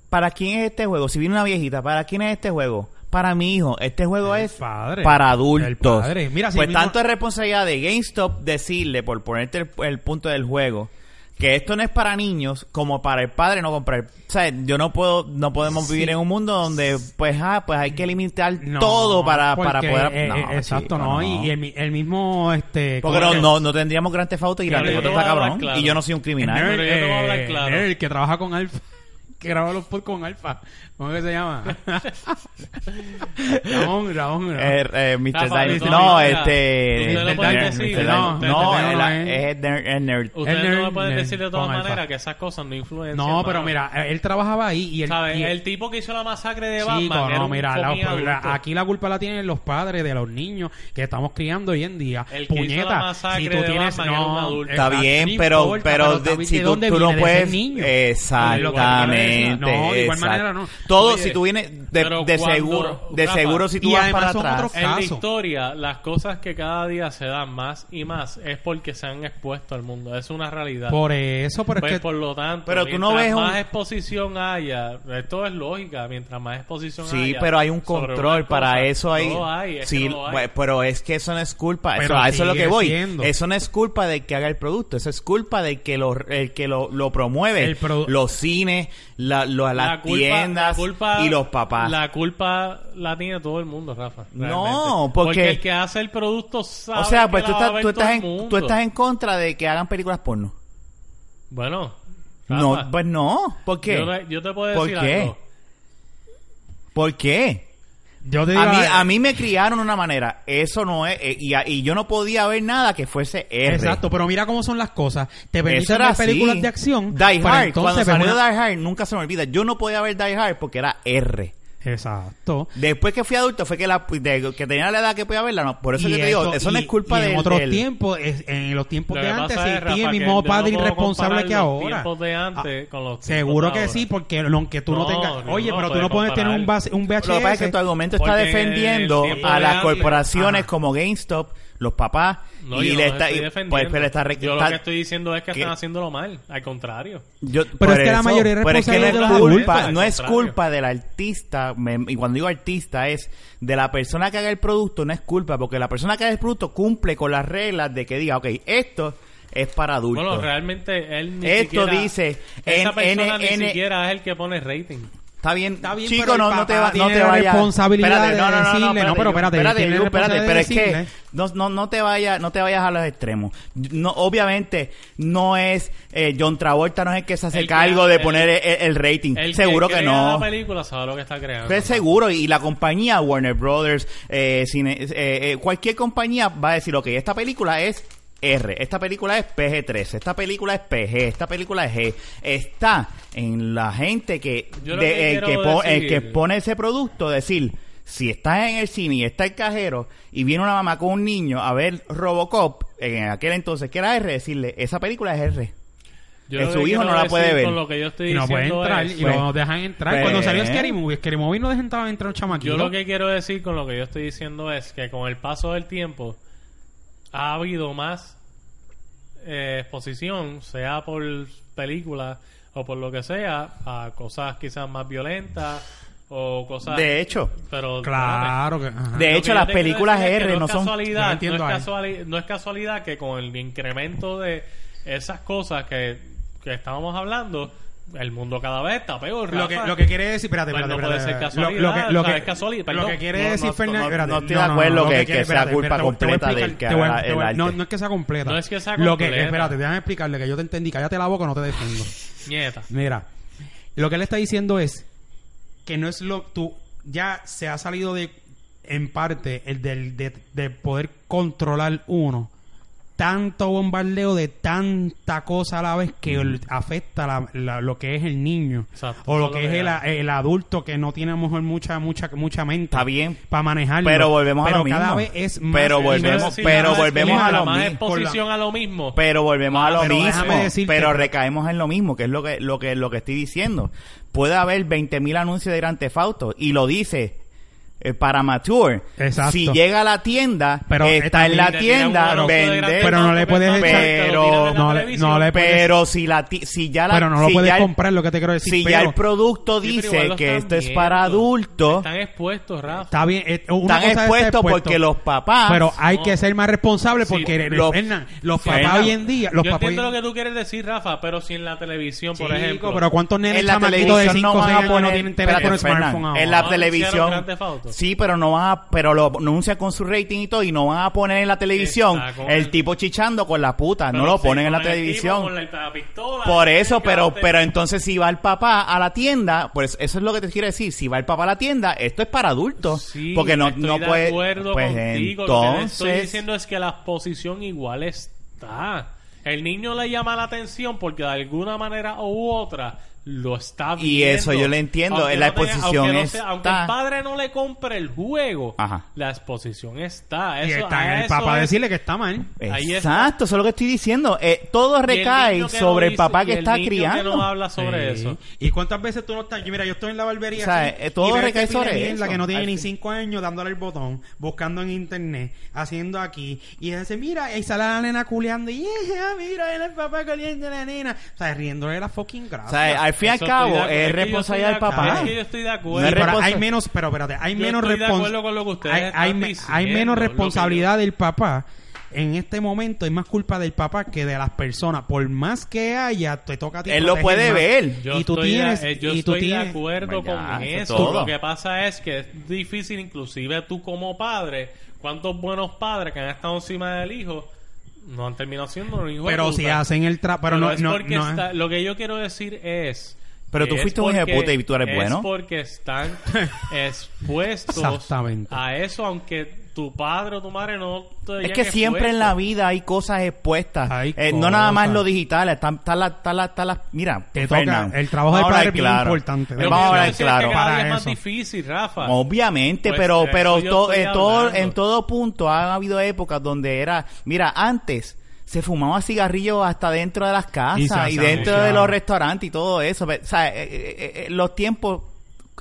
¿Para quién es este juego? Si viene una viejita, ¿para quién es este juego? Para mi hijo. Este juego
El
es
padre.
para adultos.
El padre. Mira, si
pues
mismo-
tanto es responsabilidad de GameStop decirle, por ponerte el, el punto del juego, que esto no es para niños, como para el padre no comprar. O sea, yo no puedo, no podemos vivir en un mundo donde, pues, ah, pues hay que limitar
No,
todo para, para
porque,
poder.
eh,
no,
eh, exacto,
chico,
no. Y, y el, mi- el mismo. Este,
Porque
¿cómo
no,
que-
no, no tendríamos Grand Theft Auto y Grand
Pero
Theft Auto
yo
está
te voy a
cabrón.
hablar claro.
Y yo no soy un criminal.
Nerd,
Pero yo te voy a hablar
eh,
claro.
Nerd, que trabaja con Alfa. *laughs* Que graba los podcasts con Alfa. ¿Cómo que se
*laughs*
llama? Ramón, Ramón, Ramón.
Eh, eh, Mr.
Rafa,
Dime-
tú
No,
no, mira,
este.
usted
no puede
Nerd-
decir,
Mr.
no,
Dime-
usted
No,
no
el-
es.
es nerd- es nerd.
Ustedes
Él
no me
es
pueden
nerd
decir de
con
todas
alfa.
maneras que esas cosas no influencian.
No, pero
mano.
mira, él trabajaba ahí y él.
¿Sabes?
y-
El tipo que hizo la masacre de Batman.
Chico,
era
no,
un
mira, la-
fucking
la-
adulto.
aquí la culpa la tienen los padres de los niños que estamos criando hoy en día.
El que hizo la
Puñeta,
masacre
si
de
tú tienes
Batman era un adulto.
Está
exacto,
bien,
no
pero,
importa,
pero, de-
¿de
si tú,
dónde
tú
viene?
no
De
puedes.
ser niño.
Exactamente.
No, de igual manera no.
exacto. Todo,
Oye,
si tú vienes de,
pero
de
cuando-
seguro, de
Rafa,
seguro, si tú
y
vas
además
para
son otros
atrás.
En la
caso.
historia, las cosas que cada día se dan más y más es porque se han expuesto al mundo. Es una realidad.
Por eso, pero
Pues,
es que
por lo tanto,
Pero tú no
mientras
ves un-
más exposición haya, esto es lógica, mientras más exposición haya.
Sí, pero hay un
sobre una
control para
cosa,
eso ahí.
no lo hay, es
sí,
que no lo hay.
pues, pero es que eso no es culpa, eso,
Pero
a eso es lo
sigue
que voy.
siendo.
Eso no es culpa del que haga el producto, eso es culpa del que lo el que lo, lo promueve,
El produ-
los cines, la- lo- las
La culpa-
tiendas
la culpa-
y los papás.
La culpa la tiene todo el mundo, Rafa.
No,
realmente.
porque-
el que hace el producto sabe
O sea, pues
que
tú
la va a
estás,
ver
tú,
todo
estás
el
en, tú
mundo.
estás en contra de que hagan películas porno.
Bueno, Rafa,
No, pues no. ¿Por qué?
Yo, te- yo te puedo
¿Por
decir
qué?
algo.
¿Por qué?
yo te digo,
A mí, a mí me criaron de una manera. Eso no es. eh, Y, y yo no podía ver nada que fuese R.
exacto, pero mira cómo son las cosas. Te
Eso
permiten
era
ver películas
así.
de acción.
Die
pero
Hard.
entonces
Cuando
ves
salió
una-
Die Hard, nunca se me olvida. Yo no podía ver Die Hard porque era R.
Exacto.
Después que fui adulto fue que la de- que tenía la edad que podía verla, no, por eso
Y
que te digo, eso no
y-
es culpa
y
de
En otros tiempos, es- en los tiempos
Lo
de
que
antes,
pasa es,
existía
Rafa,
el
que
mismo
yo
padre
no puedo
irresponsable
comparar
que
los
ahora. Ah,
tiempos de antes con los
Seguro
tiempos de
que
ahora.
sí, porque lo- aunque tú no,
No,
tengas.
no,
Oye,
no
pero tú
puedes
no puedes tener
comparar.
un, base, un VHS.
Lo que pasa es que tu argumento está
Porque en el
defendiendo
tiempo
a
de
las
antes-
corporaciones
Ajá.
como GameStop, los papás,
No,
y
yo
le
no los
está,
estoy
y-
defendiendo.
pues, pero está re-
Yo lo
está-
que estoy diciendo es que
¿Qué?
están haciéndolo mal. Al contrario.
yo-
Pero es
por
que la mayoría es
pero es que no
responsable de
es
los
culpa,
adultos,
no
al
es
contrario.
culpa del artista, me- y cuando digo artista es de la persona que haga el producto, no es culpa, porque la persona que haga el producto cumple con las reglas de que diga, ok, esto es para adultos.
Bueno, realmente él ni
Esto
siquiera-
dice,
Esa
en-
persona
en-
ni
en-
siquiera es el que pone rating.
Está bien,
Está bien,
chico,
pero el
no, no te,
papá
va, no
tiene
te
la
vaya.
responsabilidad
Espérate,
de decirle, no, pero
yo-
espérate,
espérate,
tiene la
yo- espérate, pero es
responsabilidad de
que no, no, no te vaya, no te vayas a los extremos. No, obviamente no es eh, John Travolta no es el que se hace
El que-
cargo de
el-
poner el, el rating.
El
Seguro que,
crea
no.
la película sabe lo que está creando.
Pues seguro, y la compañía Warner Brothers, eh, cine- eh, eh, cualquier compañía va a decir, ok, esta película es R, esta película es PG-13, esta película es PG, esta película es G. Está en la gente que,
Yo lo
de-
que
el,
quiero
que po- el
decir-
que pone ese producto, decir, si estás en el cine y está el cajero y viene una mamá con un niño a ver Robocop, en aquel entonces que era R, decirle, esa película es R.
Yo
que
lo
su
que
hijo
quiero
no la
decir
puede ver.
Con lo que yo estoy
Y no pueden
diciendo
entrar,
es-
y
pues,
no dejan entrar.
pues,
Cuando salió Scary Movie, Scary Movie no dejaba entrar un chamaquito.
Yo lo que quiero decir con lo que yo estoy diciendo es que con el paso del tiempo ha habido más eh, exposición, sea por películas o por lo que sea, a cosas quizás más violentas o cosas...
De hecho,
pero
Claro que. ajá.
De-
Lo que
hecho,
yo
las
te quiero
películas
decir es que
R no
es
son-
casualidad,
Yo
no,
entiendo
es
ahí.
casuali- no es casualidad que con el incremento de esas cosas que, que estábamos hablando, el mundo cada vez está peor.
Lo que,
Rafa.
lo que quiere decir, espérate,
Pues
espérate,
no
espérate,
puede ser
espérate.
casualidad,
Lo, lo que, lo
o sea,
que,
es
lo
casualidad, perdón.
que quiere
No,
decir
no,
Fernández,
no,
espérate,
no estoy de acuerdo que-
lo
que
quiere-
sea
espérate,
culpa
te voy- te voy a
completa del
explicar-
que
te voy a-
haga
te
el
voy a- No,
arte.
no es que sea completa.
No es que sea
Lo que,
completa.
espérate, déjame explicarle que yo te entendí, cállate la boca, no te defiendo.
Nieta.
Mira, lo que él está diciendo es que no es lo tú ya se ha salido de en parte el del de, de poder controlar uno tanto bombardeo de tanta cosa a la vez que el- afecta la- la- lo que es el niño
Exacto,
o lo
eso
que
es
es
lo
el,
que hay.
el adulto que no tiene a lo mejor mucha mucha mucha mente
Está bien.
para manejarlo
Pero volvemos a
Pero
lo mismo.
cada vez es más
Pero
y más-
volvemos-
Entonces, si
pero
nada más
volvemos
explica
a lo
más
mismo.
exposición a lo mismo.
Pero volvemos a lo
Ah, pero déjame
mismo.
decirte-
pero recaemos en lo mismo, que es lo que lo que lo que estoy diciendo. Puede haber 20.000 anuncios de Grand Theft Auto y lo dice eh, para mature.
Exacto.
Si llega a la tienda,
Pero, eh,
está en la
Te tiran un
tienda,
trozo de
vende.
Grand Theft
Pero no le
Auto
puedes
que está
echar-
perfecto, lo tiran en la
no le-
televisión.
no le puedes-
pero si la ti- si ya la
pero no lo
si
puedes
ya el-
comprar lo que te quiero decir
si ya
pero
el producto
Sí, pero igual
dice
lo
que
están
esto es
viendo.
para adultos,
Están expuestos, Rafa.
Está bien, es- una
están
cosa es estar
expuestos
expuesto,
porque los papás
Pero hay
No.
que ser más responsables
Sí,
porque eres-
los-
Fernan, los
Sí,
papás
Fernan.
hoy en día, los
Yo
papás
entiendo lo que tú quieres decir, Rafa, pero si en la televisión, por
Chico,
ejemplo.
pero cuántos nenes
en la
chamaquitos de
televisión no
5 o 6
van a
años
poner
no tienen teléfono
espérate, Fernan,
smartphone ahora?
en la
No
televisión
anunciaron Grand Theft Auto.
sí pero no van a pero lo anuncian con su rating y todo y no van a poner en la televisión
Está con
el
el-
tipo chichando con la puta
pero
no lo
sí,
ponen en la
con el tipo,
televisión
con la- la pistola,
por eso, pero,
el-
pero entonces si va el papá a la tienda, pues eso es lo que te quiero decir, si va el papá a la tienda, esto es para adultos,
Sí,
porque no,
estoy
no
de
puede,
acuerdo
pues
contigo. Lo que te estoy
entonces,
diciendo es que la exposición igual está. El niño le llama la atención porque de alguna manera u otra lo está viendo.
Y eso yo lo entiendo,
Aunque
la
tenga-
exposición
aunque sea- aunque
está.
el padre no le compre el juego,
Ajá.
la exposición está.
Y
Eso,
está
a
en el
eso
papá
es-
decirle que está mal.
ahí está.
exacto, eso es lo que estoy diciendo, Eh, todo
y el
recae
niño que no
sobre el
dice-
papá que
y el
está
niño
criando.
Que no habla sobre
Sí.
eso.
¿Y cuántas veces tú no estás? Mira, yo estoy en la barbería.
O sea,
aquí,
eh, todo
y veo
recae
este pide
sobre
mierda
eso.
que no tiene
Al
ni
fin.
cinco años dándole el botón, buscando en internet, haciendo aquí. Y dice, mira, ahí sale la nena culeando. Y "Ah, mira, era el papá culeando a la nena. O sea, riéndole de la fucking
O
gracia.
sea, al fin y al
Eso
cabo,
estoy de acu-
es
que yo
responsabilidad del
estoy de acu-
papá.
Es que yo estoy de
Sí,
No
acuerdo.
es
pero
responsa-
hay menos, pero espérate, hay
Yo
menos
estoy de
respons-
acuerdo con lo que ustedes
hay,
están
hay me-
diciendo,
hay menos
lo que yo-
responsabilidad del papá. En este momento es más culpa del papá que de las personas. Por más que haya, te toca a ti.
Él lo
proteger
puede
más.
ver.
Yo
y tú
estoy de-
tienes.
eh, yo
y tú
estoy de
tienes.
acuerdo
Bueno, ya, eso
con
es
eso.
todo.
Lo que pasa es que es difícil, inclusive tú como padre, cuántos buenos padres que han estado encima del hijo no han terminado siendo un hijo. de
Pero
puta.
si hacen el trapo. Pero, no,
es
no,
porque
no-
está- lo que yo quiero decir es.
Pero tú
que
fuiste
es
un hijo de
porque-
puta y tú eres
es
bueno.
*laughs*
porque están expuestos
Exactamente.
a eso, aunque tu padre o tu madre no te
Es
veían
que siempre en la
expuesto.
vida hay cosas expuestas.
Hay
Eh, No nada más
cosas.
lo digital. Está, está la, está la- está la- mira, pues,
Te toca, el trabajo de
Vamos a hablar
padre es bien importante,
Eh,
Lo que
Vamos a
quiero
hablar
decir es que
claro.
cada
Para
día es más
eso.
difícil, Rafa.
Obviamente,
Pues,
pero
de
pero
eso yo
to-
estoy
en todo
hablando.
en todo punto han habido épocas donde era, mira, antes se fumaba cigarrillos hasta dentro de las
Y
casas
se
y, dentro de
anunciaba.
los restaurantes y todo eso, Pero, o sea, eh, eh, eh, los tiempos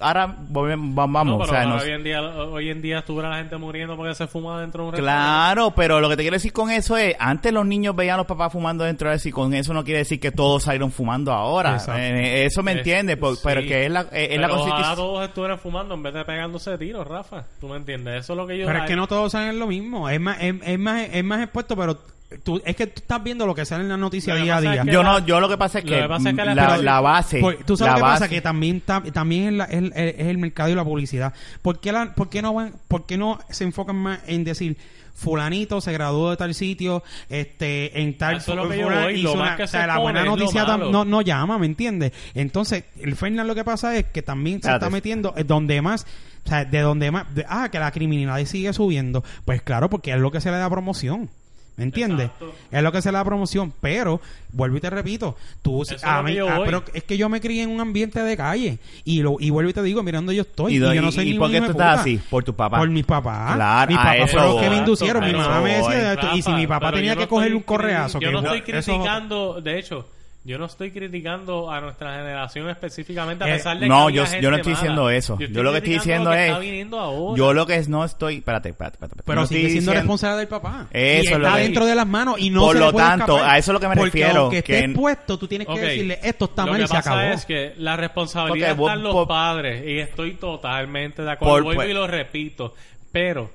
ahora volvemos, vamos,
No,
o
pero
sea,
ahora
nos-
hoy en día, hoy en día estuviera la gente muriendo porque se fuma dentro de un restaurante.
Claro, pero lo que te quiero decir con eso es, antes los niños veían a los papás fumando dentro de eso y con eso no quiere decir que todos salieron fumando ahora.
Exacto.
Eh, eso me
Es-
entiendes, por-
sí.
pero que es la, eh, es, es la
Pero
constitución.
ojalá todos estuvieran fumando en vez de pegándose tiros, Rafa. ¿Tú me entiendes? Eso es lo que yo...
Pero es que no todos saben lo mismo. Es más, es, es más, es más expuesto, pero tú, es que tú estás viendo lo que sale en las noticias
Lo que
día a
pasa es
día.
que
Yo
la-
no, yo lo que pasa es
lo
que,
que pasa es que la-
la,
pero-
la base.
Pues, tú sabes
la
qué pasa
base-
que también ta- también es, la- es- es- es el mercado y la publicidad. ¿Por qué, la, por qué no van, por qué no se enfocan más en decir fulanito se graduó de tal sitio, este en tal
Eso es lo que yo
fulano
voy,
hizo
lo más
una-
que
o sea,
se
la buena
pone es lo
noticia tam-
malo.
no, no llama, ¿me entiendes? Entonces, el Fernández lo que pasa es que también se
Espérate.
está metiendo eh, donde más o sea, de donde más de- ah, que la criminalidad sigue subiendo, pues claro, porque es lo que se le da promoción. ¿Me entiendes?
Exacto.
Es lo que se le da promoción, pero vuelvo y te repito, tú
Eso es lo que yo voy.
pero es que yo me crié en un ambiente de calle y lo y vuelvo y te digo mirando yo estoy y,
y,
yo no soy
y- y
ni
¿por
un
qué
hijo
tú
de
estás
puta.
así? Por tu papá.
por mis papás
Claro,
mis
a
papás
eso
fueron los
voy.
que me inducieron mi
A
mamá
eso
me decía
voy.
esto y si mi papá
pero
tenía
yo no
que coger
estoy
un correazo
criti- Yo
que
no estoy
eso es otro-
criticando, de hecho, yo no estoy criticando a nuestra generación específicamente, a
Eh,
pesar de que
no,
había
yo-
gente
yo no estoy
mala.
diciendo eso. Yo lo que estoy diciendo
criticando lo que
es-
está viniendo ahora.
Yo lo que es- no estoy. Espérate, espérate, espérate. espérate.
pero
No
sigue
estoy
siendo
diciendo-
responsable del papá
Eso
y
es lo
está
que-
dentro de las manos y no
Por
se
lo
le puede
tanto,
escapar.
a eso es lo que me
Porque
refiero,
aunque esté
que-
expuesto tú tienes que
Ok.
decirle esto está
Lo
mal
que
y se
pasa
acabó
es que la responsabilidad
Porque vos-
está en los
por-
padres y estoy totalmente de acuerdo.
Por-
Vuelvo
pues-
y lo repito. Pero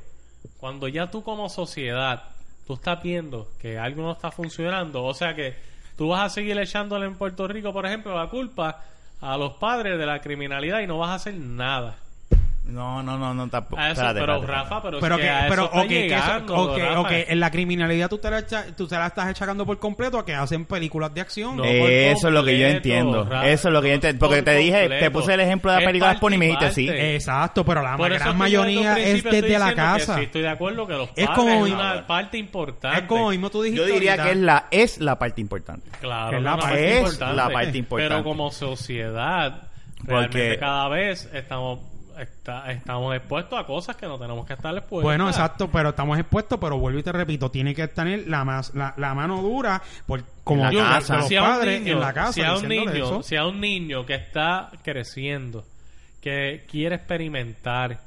cuando ya tú como sociedad, tú estás viendo que algo no está funcionando, o sea que tú vas a seguir echándole en Puerto Rico, por ejemplo, la culpa a los padres de la criminalidad y no vas a hacer nada.
No, no, no, no, tampoco.
A Ah, eso,
Pues, Espérate,
pero
espérate, espérate.
Rafa, pero,
pero
es
que,
que, a
pero
eso está
ok, que eso-
llegando,
ok,
Rafa.
ok, en la criminalidad tú te la, echa- tú te la estás echando por completo a que hacen películas de acción
No,
Eh,
por
eso es lo que yo
completo,
entiendo.
Rafa,
Eso es lo que yo
no,
entiendo. Porque
por
te dije- te
completo.
puse el ejemplo de las
Es
películas
parte
porno y me
y
dijiste, sí.
parte.
Exacto, pero la
Por eso
gran
estoy
mayoría
desde un
es
principio
desde
estoy
la
diciendo que
casa.
sí, estoy de acuerdo que los
Es
padres
como-
es una parte importante.
es como mismo tú dijiste.
Yo diría
ahorita.
que es la, es la parte importante.
Claro,
que es la
una
parte
es
importante.
la parte importante.
Pero como sociedad, realmente
Porque-
cada vez estamos está- estamos expuestos a cosas que no tenemos que estar expuestos.
Bueno, exacto, pero estamos expuestos, pero vuelvo y te repito, tiene que estar en la, mas- la, la mano dura por, como
En la
yo,
casa.
de los
si a un
padres
niño-
en la casa.
si a un
diciéndole
niño,
eso.
si a un niño que está creciendo, que quiere experimentar,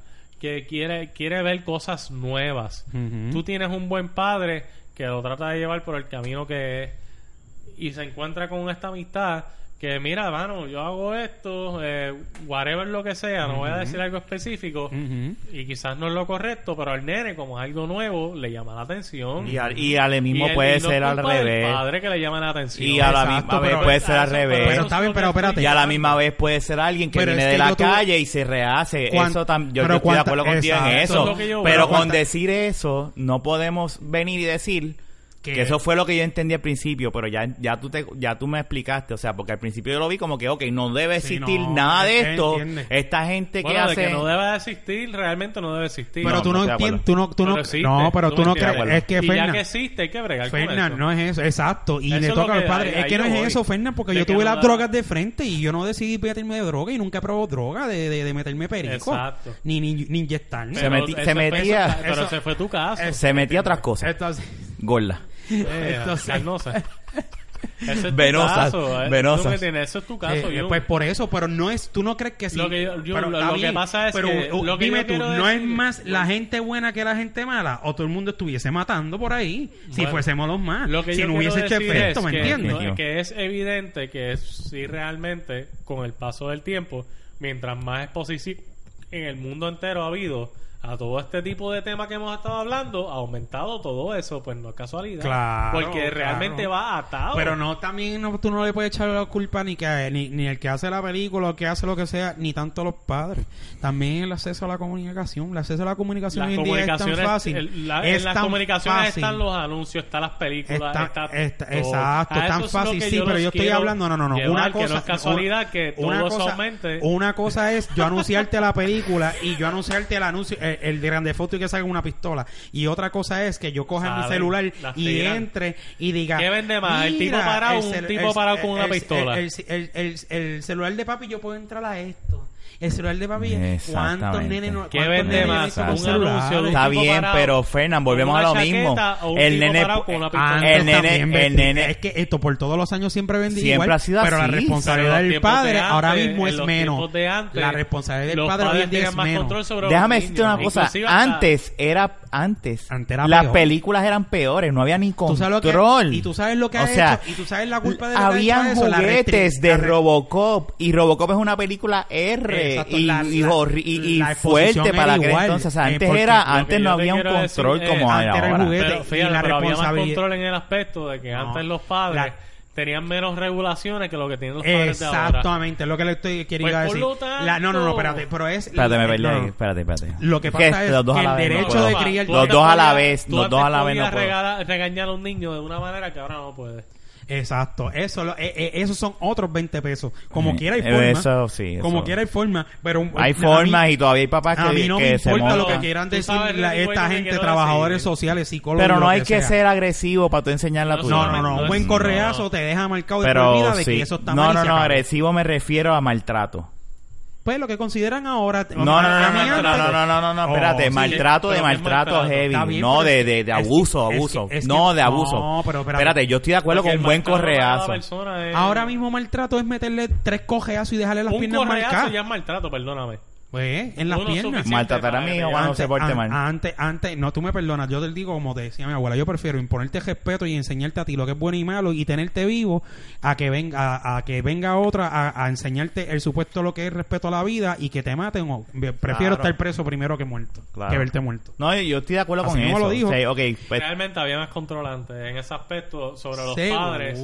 que quiere quiere ver cosas nuevas,
Ujú.
tú tienes un buen padre que lo trata de llevar por el camino que es y se encuentra con esta amistad que mira, mano, yo hago esto, eh, whatever lo que sea, no voy a decir algo específico
Ujú.
y quizás no es lo correcto, pero al nene como es algo nuevo le llama la atención.
Y al, y al mismo
Y el-
puede
y no
ser
es
al
culpa del
revés.
padre que le llama la atención.
Y a la
Exacto,
misma vez
pero-
puede ser al revés.
Pero está bien, pero espérate.
Y a la misma vez puede ser alguien que
Pero
viene
es que
de
yo
la
tuve-
calle y se rehace.
Cuan-
eso tam- yo, yo
pero
estoy de
cuánta-
acuerdo contigo en
exacto.
eso.
Eso es lo que yo-
pero
pero
con
cuánta-
decir eso, no podemos venir y decir
Que-
que, eso fue lo que yo entendí al principio, pero ya, ya, tú te, ya tú me explicaste. O sea, porque al principio yo lo vi como que, ok, no debe
Sí,
existir
no,
nada de
es que
esto.
entiende.
Esta gente
Bueno,
que
de
hace...
que no debe de existir, realmente no debe existir.
Pero
No,
tú
no
no
estoy de acuerdo.
entiendes, tú no, tú no,
Pero existe,
no, pero tú no
entiendes.
crees, es que
y ya
Fernan,
que existe, hay que bregar
Fernan,
con eso.
no es eso, exacto. Y
Eso
le
es lo
toca
que-
al padre.
ahí-
es
ahí
que no
yo
es
voy.
eso, Fernan, porque
De
yo
que
tuve
no
las
da-
drogas de frente y yo no decidí meterme de droga y nunca probó droga de, de, de meterme perico.
Exacto.
Ni, ni, ni inyectarme.
Se
Pero
metí-
eso
se
fue-
metía-
eso- pero
eso-
ese fue tu caso.
se metía otras cosas.
Entonces-
Gorla.
Eh,
entonces-
carnosa. Ese es tu
Venosas,
caso, eh.
venosas.
Tú me entiendes, Eso es tu caso.
Eh,
yo-
pues por eso, pero no es, tú no crees que sí.
Lo que yo- yo-
Pero
lo-
está
lo que
bien,
pasa es
pero,
que-
oh,
lo que
dime
yo
tú,
quiero
¿no es
decir-
más la gente buena que la gente mala? O todo el mundo estuviese matando por ahí, si
Bueno,
fuésemos los más.
Lo que
si
yo
no
quiero
hubiese hecho
decir
efecto,
es
¿me
que,
entiendes?
no, que es evidente que es- sí realmente, con el paso del tiempo, mientras más exposición en el mundo entero ha habido a todo este tipo de temas que hemos estado hablando, ha aumentado todo eso, pues no es casualidad.
Claro,
Porque
claro.
realmente va atado.
Pero no, también no, tú no le puedes echar la culpa ni que ni, ni el que hace la película, o que hace lo que sea, ni tanto los padres. También el acceso a la comunicación. El acceso a la comunicación
Las
hoy en día es tan
comunicaciones,
fácil.
el- la-
es
en las
tan
comunicaciones
fácil.
están los anuncios, están las películas,
Está-
está,
está-
todo.
exacto,
A eso
tan
es lo
fácil,
que
sí, pero
los
yo estoy
quiero
hablando, no, no, no,
llevar,
una cosa
que no es casualidad que todo
una
eso
cosa,
aumente.
Una cosa es yo anunciarte la película y yo anunciarte el anuncio, eh, el, el de grande foto y que salga una pistola. Y otra cosa es que yo coja mi
Salen
celular
las
y
tiras.
entre y diga.
¿Qué vende más, el tipo
"Mira,
parado o un
cel-
tipo parado con una
el- el-
pistola?"
El, el- el- el celular de papi, yo puedo entrar a esto. El celular de papi, ¿cuántos
Exactamente.
nenes no
¿Qué
cuántos
vende
nenes no
más,
tienen
un
celular?
anuncio de un
Está
tipo
bien,
parado
pero Fernan, volvemos a
con
lo
una
mismo.
chaqueta o un
El
tipo
nene,
parado con una pistola.
Ah,
Antes
el nene,
también
el
vendía.
nene-
Es que esto por todos los años siempre vendía
Siempre
igual,
ha sido
pero
así.
la
Pero en
responsabilidad
los
del
tiempos de
padre ahora
antes,
mismo
en
es
los tiempos
menos.
de antes,
la responsabilidad del
los
padre hoy
padres
en día
tenían
es
más
menos.
control sobre los
Déjame
niños.
decirte una cosa.
Inclusive hasta-
Antes era. Antes.
Antes era
las
peor.
películas eran peores. No había ni
¿Tú sabes
control.
lo que- y tú sabes lo que ha
O sea,
hecho, y tú sabes la culpa de lo que ha
Habían
hecho eso, la
juguetes
restri-
de
la re-
Robocop. Y Robocop es una película R.
Exacto,
y
la-
y
la-
horri- y- y
la exposición
fuerte
era
para aquel
igual,
entonces. O sea,
eh,
antes
porque
era.
lo que
Antes
yo
no
te
había un
quiero decir
control
es,
como hay
antes era el
ahora.
juguete.
Pero,
y
fíjate,
la
pero había más
responsabilidad-
control en el aspecto de que
No.
antes los padres
La-
tenían menos regulaciones que lo que tienen los padres de ahora.
Exactamente, es lo que le estoy queriendo
Pues, por
decir.
lo tanto-
La- no, no, no, espérate, pero es
Espérate, me
no,
perdí.
no.
ahí. Espérate, espérate.
Lo que pasa es
los dos
que
a la
el
vez no
derecho
puedo.
de criar-
Los dos a la vez. Los dos a la vez no puedo.
puedo. regañar a un niño de una manera que ahora no puedes.
Exacto, eso lo- eh, eh, esos son otros 20 pesos. Como
Mm,
quiera hay
eh,
forma.
eso sí,
Como
eso.
quiera hay forma, pero un-
Hay
Pues, a mí-
formas y todavía hay papás
A
que,
mí no
que
me
se
importa lo
montan.
que quieran
Tú
decir
sabes,
la-
Ricky,
esta
lo que
gente,
quiero
trabajadores
decir.
sociales, psicólogos.
Pero no
lo
hay que
sea.
ser agresivo para tú enseñar la
No,
tuya.
No, no, no. Un buen
No,
correazo
no.
te deja marcado de por
Pero
vida de
sí.
que eso está mal
no,
y
no,
se
no,
acabó.
agresivo me refiero a maltrato.
Pues lo que consideran ahora.
No, no, no, no,
a mí
no, no,
antes-
no, no, no, no, no,
Oh,
espérate,
sí,
maltrato de
pero es
maltrato
maltrato.
heavy,
Está bien,
no
pero
de,
es que-
de, de
es que-
abuso,
es que-
abuso,
es que-
no de
no,
abuso.
pero espérate.
espérate, yo estoy de acuerdo
Porque
con
el
un buen
maltrato para cada
correazo.
persona es-
Ahora mismo maltrato es meterle tres cojeazos y dejarle las
un
piernas
correazo
marcadas.
ya es maltrato, perdóname.
Pues, en las
Uno
piernas.
suficiente
Maltratar a
para
mi
que
hijo
te-
cuando se porte
an-
este mal.
antes, antes, no, tú me perdonas, yo te digo como te decía mi abuela, yo prefiero imponerte respeto y enseñarte a ti lo que es bueno y malo y tenerte vivo a que venga, a, a que venga otra a, a enseñarte el supuesto lo que es respeto a la vida y que te maten. O, prefiero
Claro.
estar preso primero que muerto,
Claro.
que verte muerto.
No, yo- yo estoy de acuerdo
Así
con
mismo
eso.
lo dijo.
O sea, ok, pues,
Realmente había más controlantes en ese aspecto sobre los
Seguro.
padres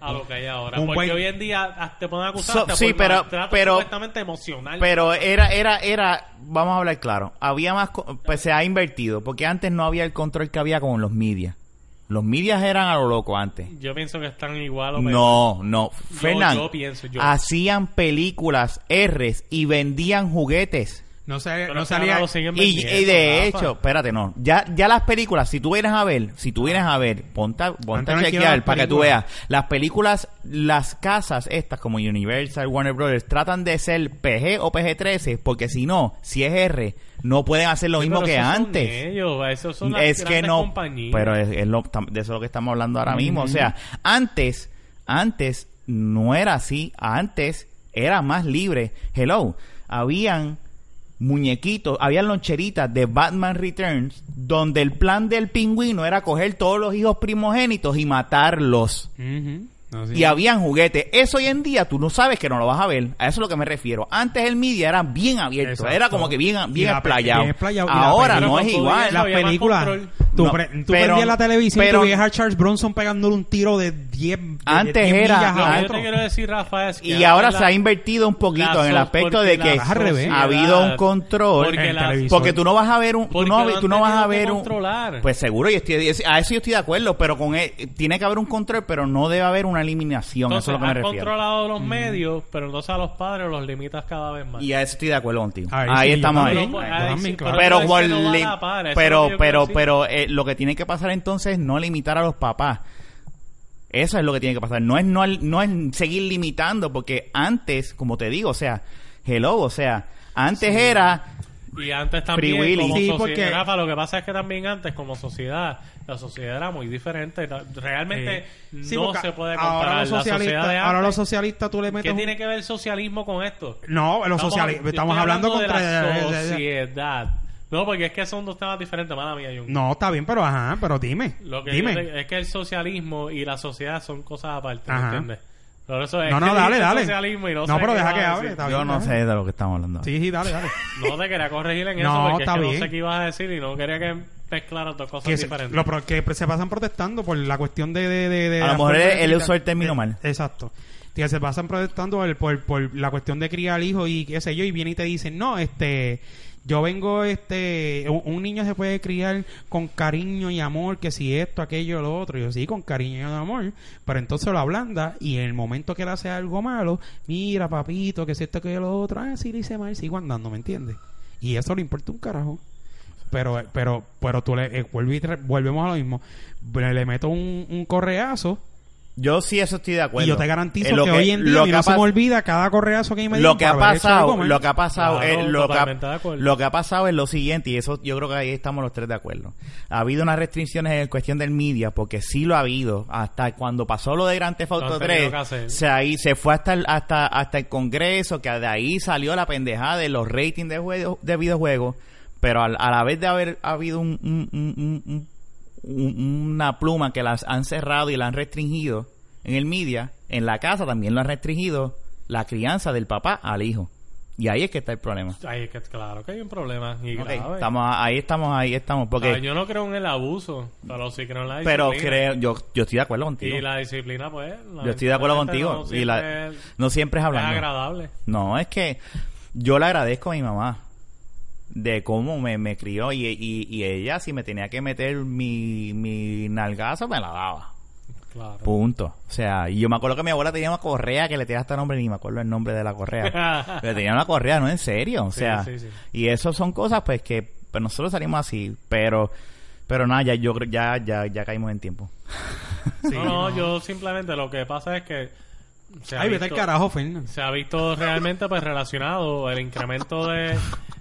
a lo que hay ahora.
Un
Porque
buen-
hoy en día hasta te ponen a acusar
So-
hasta
sí,
por
pero-
maltrato
pero-
supuestamente emocional.
Pero era, era, era, vamos a hablar claro, había más, co- pues se ha invertido, porque antes no había el control que había con los medias. Los medias eran a lo loco antes.
yo pienso que están igual o peor.
No, no. Fernán,
yo pienso, yo.
hacían películas R's y vendían juguetes.
No, sale-
Pero
no
es que ahora
salía.
lo siguen
Y,
vendiendo,
y de
Rafa.
hecho, espérate, no. Ya, ya las películas, si tú vienes a ver, si tú vienes a ver, ponte, a- ponte
Antes no
a
alquilaban
chequear para que tú
películas.
veas. Las películas, las casas estas como Universal, Warner Brothers, tratan de ser PG o PG-13, porque si no, si es R, no pueden hacer lo
Sí,
mismo
pero
que
esos son
antes.
ellos, esos son las
Es que
grandes
no,
compañías.
pero es, es lo- tam- de eso es lo que estamos hablando ahora mismo. O sea, antes, antes no era así. Antes era más libre. Hello, habían muñequitos, habían loncheritas de Batman Returns donde el plan del pingüino era coger todos los hijos primogénitos y matarlos.
Ujú. No, sí.
Y habían juguetes. Eso hoy en día tú no sabes que no lo vas a ver. A eso es lo que me refiero. Antes el media era bien abierto.
Exacto.
Era como que bien,
Y
bien,
la-
explayado.
bien explayado. Y la
Ahora
película
no es
cuando
igual.
podías
las
había más
películas.
control.
Tú,
No,
pre- tú
pero-
prendías la televisión
pero-
y tú veías a Charles Bronson pegándole un tiro de 10 de- de
Antes
10
era-
millas
Lo
a
que yo
otro.
te quiero decir, Rafa, es que
Y ahora
la-
se ha invertido un poquito
la
en el
so-
aspecto
porque
de
la
que
al revés.
ha habido un control.
Porque
en
la-
televisión.
Porque tú no vas a ver un, tú
Porque
no,
lo han
tú no vas
tenido
a
que
ver un,
controlar.
pues seguro yo estoy, a eso yo estoy de acuerdo, pero con él, tiene que haber un control, pero no debe haber una eliminación,
Entonces,
eso es lo que me
has
refiero.
controlado los medios, pero entonces a los padres los limitas cada vez más. pues,
Y a eso estoy de acuerdo contigo.
Ahí
Ahí,
sí, yo
estamos ahí.
también. Ahí
Ay,
también,
sí,
claro.
Pero,
es que
por
no va a
li-
la par, eso es lo
pero,
que yo
pero,
quiero
pero eh, lo que tiene que pasar entonces es no limitar a los papás. Eso es lo que tiene que pasar. No es, no, no es seguir limitando, porque antes, como te digo, o sea, hello, o sea, antes era
decir. Y antes también,
Free Willy.
como
Sí,
sociedad,
porque-
Rafa, lo que pasa es que también antes, como sociedad, la sociedad era muy diferente. La- Realmente
Eh, Sí,
no
porque
se puede
Ahora
comparar
los
la sociedad de
socialistas, ahora
antes.
los socialistas tú le metes.
¿Qué
un-
tiene que ver el socialismo con esto?
No, los socialistas.
yo
Estamos
estoy
hablando contra.
de la sociedad. No, porque es que son dos temas diferentes, mala mía, Jun.
No, está bien, pero ajá, pero dime.
Lo que
dime.
yo te- es que el socialismo y la sociedad son cosas aparte,
Ajá.
¿me entiendes? Por eso es
No,
que
no, dale,
dijiste
dale.
socialismo y no,
No,
sé
pero
qué
deja
vas
que
a
hable,
decir.
está bien.
Yo no sé de lo que estamos hablando.
Sí, sí, dale,
*laughs*
dale.
No te quería corregir en
No,
eso porque es
está
que
bien.
no sé qué ibas a decir y no quería que mezclaras dos cosas
que, se,
diferentes.
lo pro- que se pasan protestando por la cuestión de... de, de, de
A lo
la
mejor
fuerza
él- él
eléctrica.
usó el término
Eh,
mal.
Exacto. Que se pasan protestando por, por, por la cuestión de criar al hijo y qué sé yo, y vienen y te dicen, no, este... Yo vengo, este, un, un niño se puede criar con cariño y amor, que si esto, aquello, lo otro. Yo sí, con cariño y amor, pero entonces lo ablanda y en el momento que él hace algo malo, mira, papito, que si esto, aquello, lo otro, ah, sí, le hice mal, sigo andando, ¿me entiendes? Y eso le importa un carajo. pero, pero, pero tú le eh, vuelve y tra- volvemos a lo mismo. Le, le meto un, un correazo
Yo sí eso estoy de acuerdo.
y yo te garantizo
Eh,
que, hoy en día
lo
a
que
mí
ha
no se me
pas-
olvida cada correazo que me
lo
dieron
que ha
por haber hecho algo
pasado,
mal.
lo que ha pasado,
Claro,
es, lo, que ha,
totalmente de acuerdo.
lo que ha pasado es lo siguiente y eso yo creo que ahí estamos los tres de acuerdo. Ha habido unas restricciones en cuestión del media porque sí lo ha habido hasta cuando pasó lo de Grand Theft
Lo
Auto
han tenido
3,
que hacer.
se ahí se fue hasta el, hasta hasta el Congreso que de ahí salió la pendejada de los ratings de juego, de videojuegos, pero al- a la vez de haber habido un- un- un- un- un- una pluma que las han cerrado y la han restringido en el media, en la casa también lo han restringido la crianza del papá al hijo. Y ahí es que está el problema.
Ay, es que claro que hay un problema. Y
Ok,
grave.
estamos ahí estamos ahí estamos
O sea,
porque
Ah, yo no creo en el abuso, pero sí creo en la disciplina.
pero creo yo yo estoy de acuerdo contigo.
Y la disciplina, pues.
yo estoy de acuerdo
lamentablemente
contigo
no
y la
siempre es-
no siempre es
es
hablando.
agradable.
No, es que yo le agradezco a mi mamá de cómo me, me crió y, y- y ella si me tenía que meter mi, mi nalgazo me la daba.
Claro. *laughs*
Punto. O sea, y yo me acuerdo que mi abuela tenía una correa que le tenía hasta nombre, ni me acuerdo el nombre de la
*laughs*
correa. le tenía una correa, no en serio. O
Sí,
sea,
sí, sí.
y eso son cosas pues que pues, nosotros salimos así, pero pero nada, ya yo creo- ya ya ya caímos en tiempo.
Sí,
no, no, yo simplemente lo que pasa es que. se ha
Ay, vete al
visto-
carajo, Fernández.
se ha visto realmente pues relacionado el incremento de,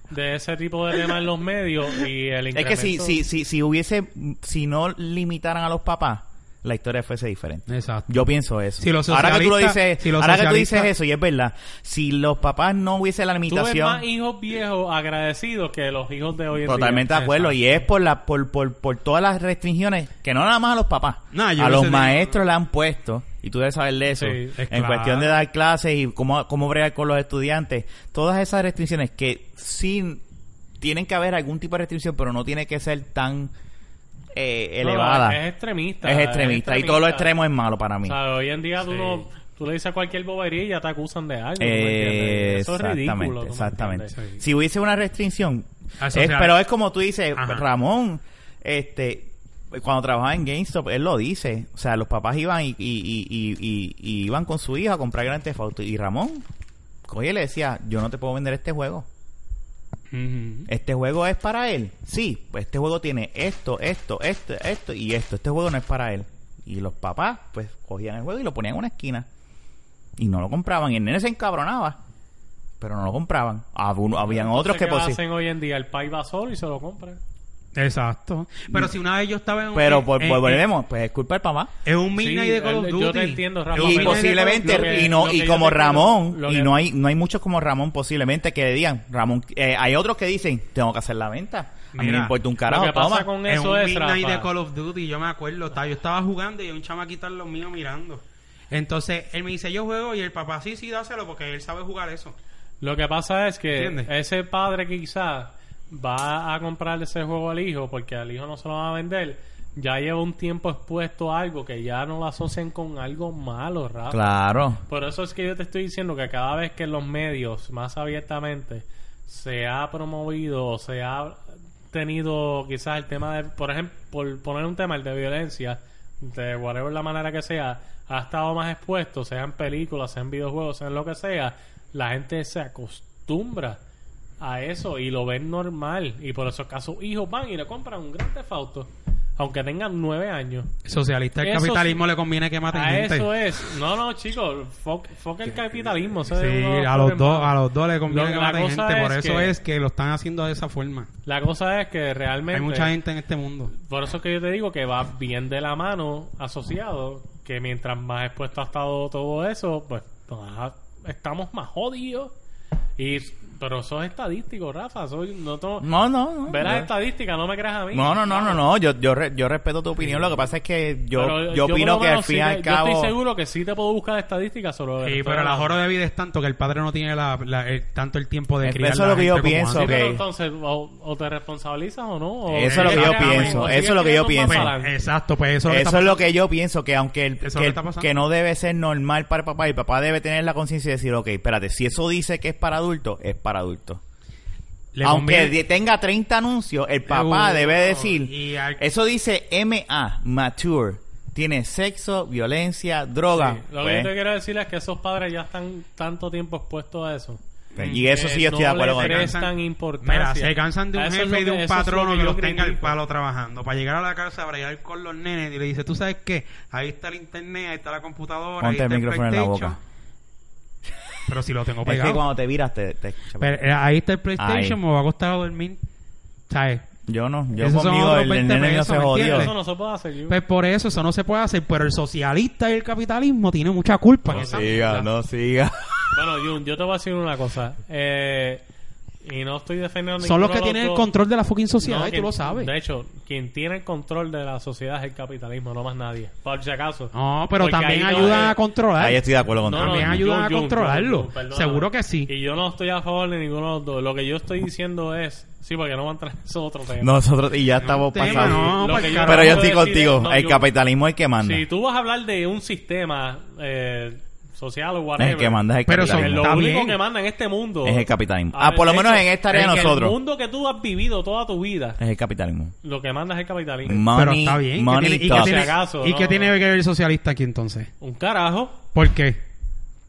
de ese tipo de temas en los medios y el
Es
incremento
que si si si si hubiese si no limitaran a los papás, la historia fuese diferente.
Exacto.
Yo pienso eso.
Si los
ahora que tú lo
socialistas-
dices,
si los
ahora que tú dices
socialistas-
eso y es verdad, si los papás no hubiese la
Tú ves
limitación,
más hijos viejos agradecidos que los hijos de hoy en
Totalmente
día.
de acuerdo. Y es por, la, por, por, por todas las restricciones que no nada más a los papás,
No, yo
a
no
los
sé de-
maestros le han puesto. Y tú debes saber de eso.
Sí, es
en
claro.
cuestión de dar clases y cómo, cómo bregar con los estudiantes. Todas esas restricciones que sí tienen que haber algún tipo de restricción, pero no tiene que ser tan eh,
No,
elevada.
es extremista.
es extremista. Y todo lo extremo es malo para
O
mí.
sea, hoy en día tú,
Sí.
no- tú le dices cualquier bobería y ya te acusan de algo. ¿tú me
Eh,
entiendes? Eso es
exactamente,
ridículo. ¿tú me
exactamente.
entiendes?
entiendes?
Si hubiese una restricción,
Ah,
es-
social.
pero es como tú dices,
Ajá.
Ramón, este, cuando trabajaba en GameStop, él lo dice, o sea, los papás iban y, y, y, y- y- y iban con su hijo a comprar Grand Theft Auto y Ramón, oye, le decía, yo no te puedo vender este juego.
Ujú.
Este juego es para él. Sí, pues este juego tiene esto, esto, esto, esto y esto. Este juego no es para él. Y los papás, pues, cogían el juego y lo ponían en una esquina. Y no lo compraban. Y el nene se encabronaba. Pero no lo compraban. Hab- habían
Entonces,
otros que
¿qué
posi-
hacen hoy en día? El país va solo y se lo compra.
Exacto.
Mm.
Pero si una vez yo estaba en un.
Pero pues,
en-
pues,
en-
volvemos. Pues es culpa del papá.
Es un midnight
Sí,
de Call of
el-
Duty.
yo te entiendo, Rafa,
Es un
Y
midnight
pero-
de Call of
posiblemente,
lo que-
y no,
lo
y
que
como
yo te quiero-
Ramón,
lo
y
que-
no hay, no hay muchos como Ramón posiblemente que digan, Ramón, eh, hay otros que dicen, tengo que hacer la venta. A mí no
Mira,
importa un carajo,
lo que pasa
toma.
con
En
eso
un
es,
midnight
Rafa.
de Call of Duty, yo me acuerdo, estaba- yo estaba jugando y un chamaquito en los míos mirando. Entonces, él me dice, yo juego, y el papá, sí, sí, dáselo, porque él sabe jugar eso.
Lo que pasa es que
¿Entiendes?
ese padre quizás va a comprar ese juego al hijo porque al hijo no se lo van a vender. Ya lleva un tiempo expuesto a algo que ya no lo asocian con algo malo, Rafa.
Claro.
Por eso es que yo te estoy diciendo que cada vez que en los medios, más abiertamente, se ha promovido o se ha tenido quizás el tema de, por ejemplo, por poner un tema, el de violencia, de whatever la manera que sea, ha estado más expuesto, sea en películas, sea en videojuegos, sea en lo que sea, la gente se acostumbra a eso y lo ven normal. Y por esos casos, hijos van y le compran un gran tefauto, aunque tengan nueve años.
Socialista,
el Eso capitalismo
le conviene
Ah,
que maten
A eso es. No, no, chicos. Fuck, fuck el capitalismo. eso es
Sí,
uno-
a los
fucking
dos,
malo.
a los dos le conviene
Lo-
que
la
maten gente.
cosa
Por
es
eso
que-
es que lo están haciendo de esa forma.
La cosa es que realmente.
Hay mucha gente en este mundo.
Por eso es que yo te digo que va bien de la mano asociado. Que mientras más expuesto ha estado todo eso, pues más- estamos más jodidos. Y, pero eso es estadístico, Rafa. Soy, no to-
No, no, no.
Ve las
Yo-
estadísticas, no me creas a mí.
No, no, no, no, no. Yo, yo, re- yo respeto tu opinión. Lo que pasa es que yo,
Pero
yo
por
opino
lo
que al
menos
fin y
sí
al
te-
cabo.
Yo estoy seguro que sí te puedo buscar estadísticas sobre
Sí, pero el ajoro de vida es tanto que el padre no tiene la, la- el- tanto el tiempo de
Eso
criar
es
la
lo que yo
gente como
pienso,
antes.
que-
pero
Ok.
entonces, o, o te responsabilizas o no. o-
Eso es lo que yo pienso,
O
eso es lo que yo pienso.
sigues tirando más
Pues,
para adelante.
exacto, pues eso,
Eso
es lo que está
es lo que yo pienso, que aunque el,
Eso es
que,
lo que
el-
está pasando.
que no debe ser normal para el papá, el papá debe tener la conciencia de decir, ok, espérate, si eso dice que es para adultos, es para adultos.
Le
aunque
conviene-
de- tenga 30 anuncios, el papá
Uh,
debe decir,
y al-
eso dice MA, mature, tiene sexo, violencia, droga.
Sí, Lo que
Pues,
yo te quiero decir es que esos padres ya están tanto tiempo expuestos a eso. Eh,
Y eso sí yo estoy de
no
acuerdo
le
con él.
prestan importancia.
Mira, se cansan de un
Eso es
jefe y de
lo que-
un
eso es
patrono
lo
que,
yo
los tenga al
critico.
palo trabajando. Para llegar a la casa, para llegar con los nenes y le dice, ¿tú sabes qué? Ahí está el internet, ahí está la computadora, ahí
Ponte
está
el micrófono en la
PlayStation".
boca.
Pero si lo tengo
Es
pegado.
que cuando te viras te, te escucha.
Pero, eh, ahí está el PlayStation,
Ahí.
me va a costar dormir. ¿Sabes?
yo no, yo
esos son
conmigo
otros
el, el
20
nene no
pesos,
se
¿me
jodió.
entiendes?
Eso no se puede hacer. yo.
Pues por eso, eso no se puede hacer. Pero el socialista y el capitalismo tienen mucha culpa en
No
esa
siga,
mierda.
no siga.
Bueno, Jun, yo te voy a decir una cosa. Eh, y no estoy defendiendo.
Son los
ninguno
que
de
tienen el
dos.
control de la fucking sociedad
No,
y tú
quien-
lo sabes.
De hecho, quien tiene el control de la sociedad es el capitalismo, no más nadie. Por si acaso.
No, pero
Porque
también
ahí no-
ayudan
eh,
a controlar.
Ahí estoy de acuerdo con
No,
Tommy.
también
no,
ayudan
yo-
a
yo-
controlarlo.
yo- perdóname.
Seguro que sí.
Y yo no estoy a favor de ninguno de los dos. Lo que yo estoy diciendo es. Sí, porque no va a entrar. *laughs* Eso es otro tema.
Nosotros, y ya estamos
tema,
pasando.
no,
Lo
pa'l
que
carajo.
Pero yo estoy
quiero decir es-
contigo.
no,
el
yo-
capitalismo es el que manda.
Si tú vas a hablar de un sistema eh, social o
es
whatever.
el que manda es el
Pero son-
que
capitalismo.
Lo
Está
único
bien.
que manda en este mundo
Es el capitalismo.
A
Ah,
ver,
por lo menos
hecho,
en esta área
en
nosotros.
El mundo que tú has vivido toda tu vida,
Es el capitalismo.
lo que manda es el capitalismo.
Money,
pero está bien. ¿Qué
money
tiene- ¿Y, qué
talks.
tiene,
Si acaso,
¿y
no,
qué
no.
tiene que ver el socialista aquí entonces?
Mm.
Un carajo,
¿Por qué?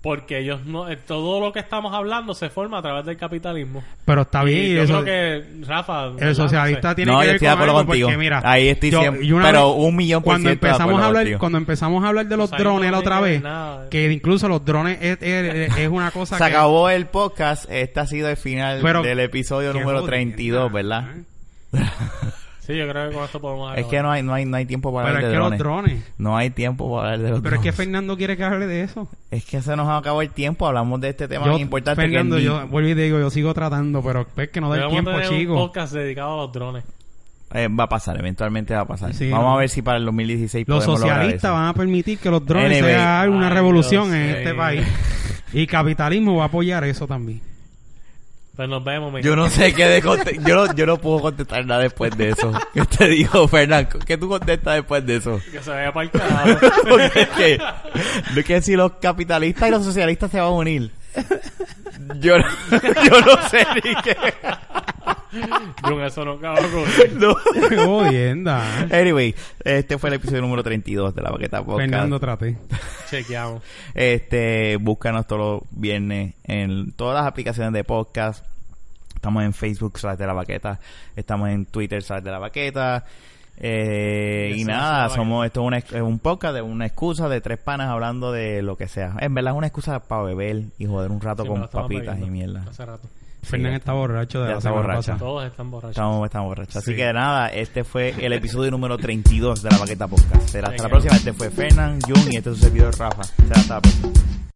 porque ellos no. eh, Todo lo que estamos hablando se forma a través del capitalismo.
Pero está bien.
Y
y
yo
eso-
creo que, Rafa. ¿verdad? No
El socialista
sé.
tiene
No,
que
yo
ver
estoy de
con
acuerdo
algo
contigo.
porque mira,
Ahí estoy siempre-
y una
pero un millón por
cuando
ciento de
empezamos
acuerdo
a hablar
contigo.
cuando empezamos a hablar de los
Socialista
drones la
no
otra
tiene
vez,
nada.
que incluso los drones es, es- es una
*laughs*
cosa
Se
que-
acabó el podcast. Este ha sido el final
Pero-
del episodio
que
número
jodienda,
32, ¿verdad?
¿eh?
Sí, yo creo que con esto podemos.
Es que no hay, no hay, no hay tiempo para
Pero es
hablar
que
de
los
drones.
drones.
No hay tiempo para hablar de los
Pero es que
drones.
Fernando quiere que hable de eso.
Es que se nos acabó el tiempo. Hablamos de este tema
Yo-
tan importante
Fernando,
que ni-
yo vuelvo y digo, yo sigo tratando, pero es que no da el
Debemos
tiempo,
tener un
chico.
podcast dedicado a los drones.
Eh, va a pasar, eventualmente va a pasar.
Sí,
Vamos
no.
a ver si para el 2016
Los
podemos lograr
socialistas
eso.
van a permitir que los drones
Anyway.
sean una
Ay,
revolución
Dios
en
mío.
este país. Y capitalismo va a apoyar eso también. *laughs*
Pues nos vemos, mi
Yo no sé qué de conte- yo, no, yo no puedo contestar nada después de
*laughs*
eso. ¿Qué te digo, Fernando? ¿Qué tú contestas después de eso?
Que se vaya para el carajo.
*laughs* Porque es que, no es que si los capitalistas y los socialistas se van a unir. Yo, no- *laughs* yo no sé ni qué.
Jun, eso no cabe ocurrir.
No.
Jodienda.
Anyway, este fue el episodio número 32 de la Baqueta Podcast.
Fernando, trate.
Chequeamos.
Este, búscanos todos los viernes en todas las aplicaciones de podcast. Estamos en Facebook, slash de la baqueta. Estamos en Twitter, slash de la baqueta. Eh,
Yes,
y
yes,
nada,
yes,
somos, esto es una- es un, podcast de una excusa de tres panas hablando de lo que sea. En verdad es una excusa para beber y joder un rato
Sí, me lo
con
estaba
papitas y
bebiendo
mierda.
Hace rato.
Fernando está borracho de
Ya
la
está
semana
borracho.
pasada.
Todos están borrachos.
Estamos, estamos borrachos. Así
Sí.
que nada, este fue el episodio número 32 de la baqueta podcast. Será hasta la
Venga.
próxima. Este fue Fernan, Jun y este es su servidor Rafa. Será hasta la próxima.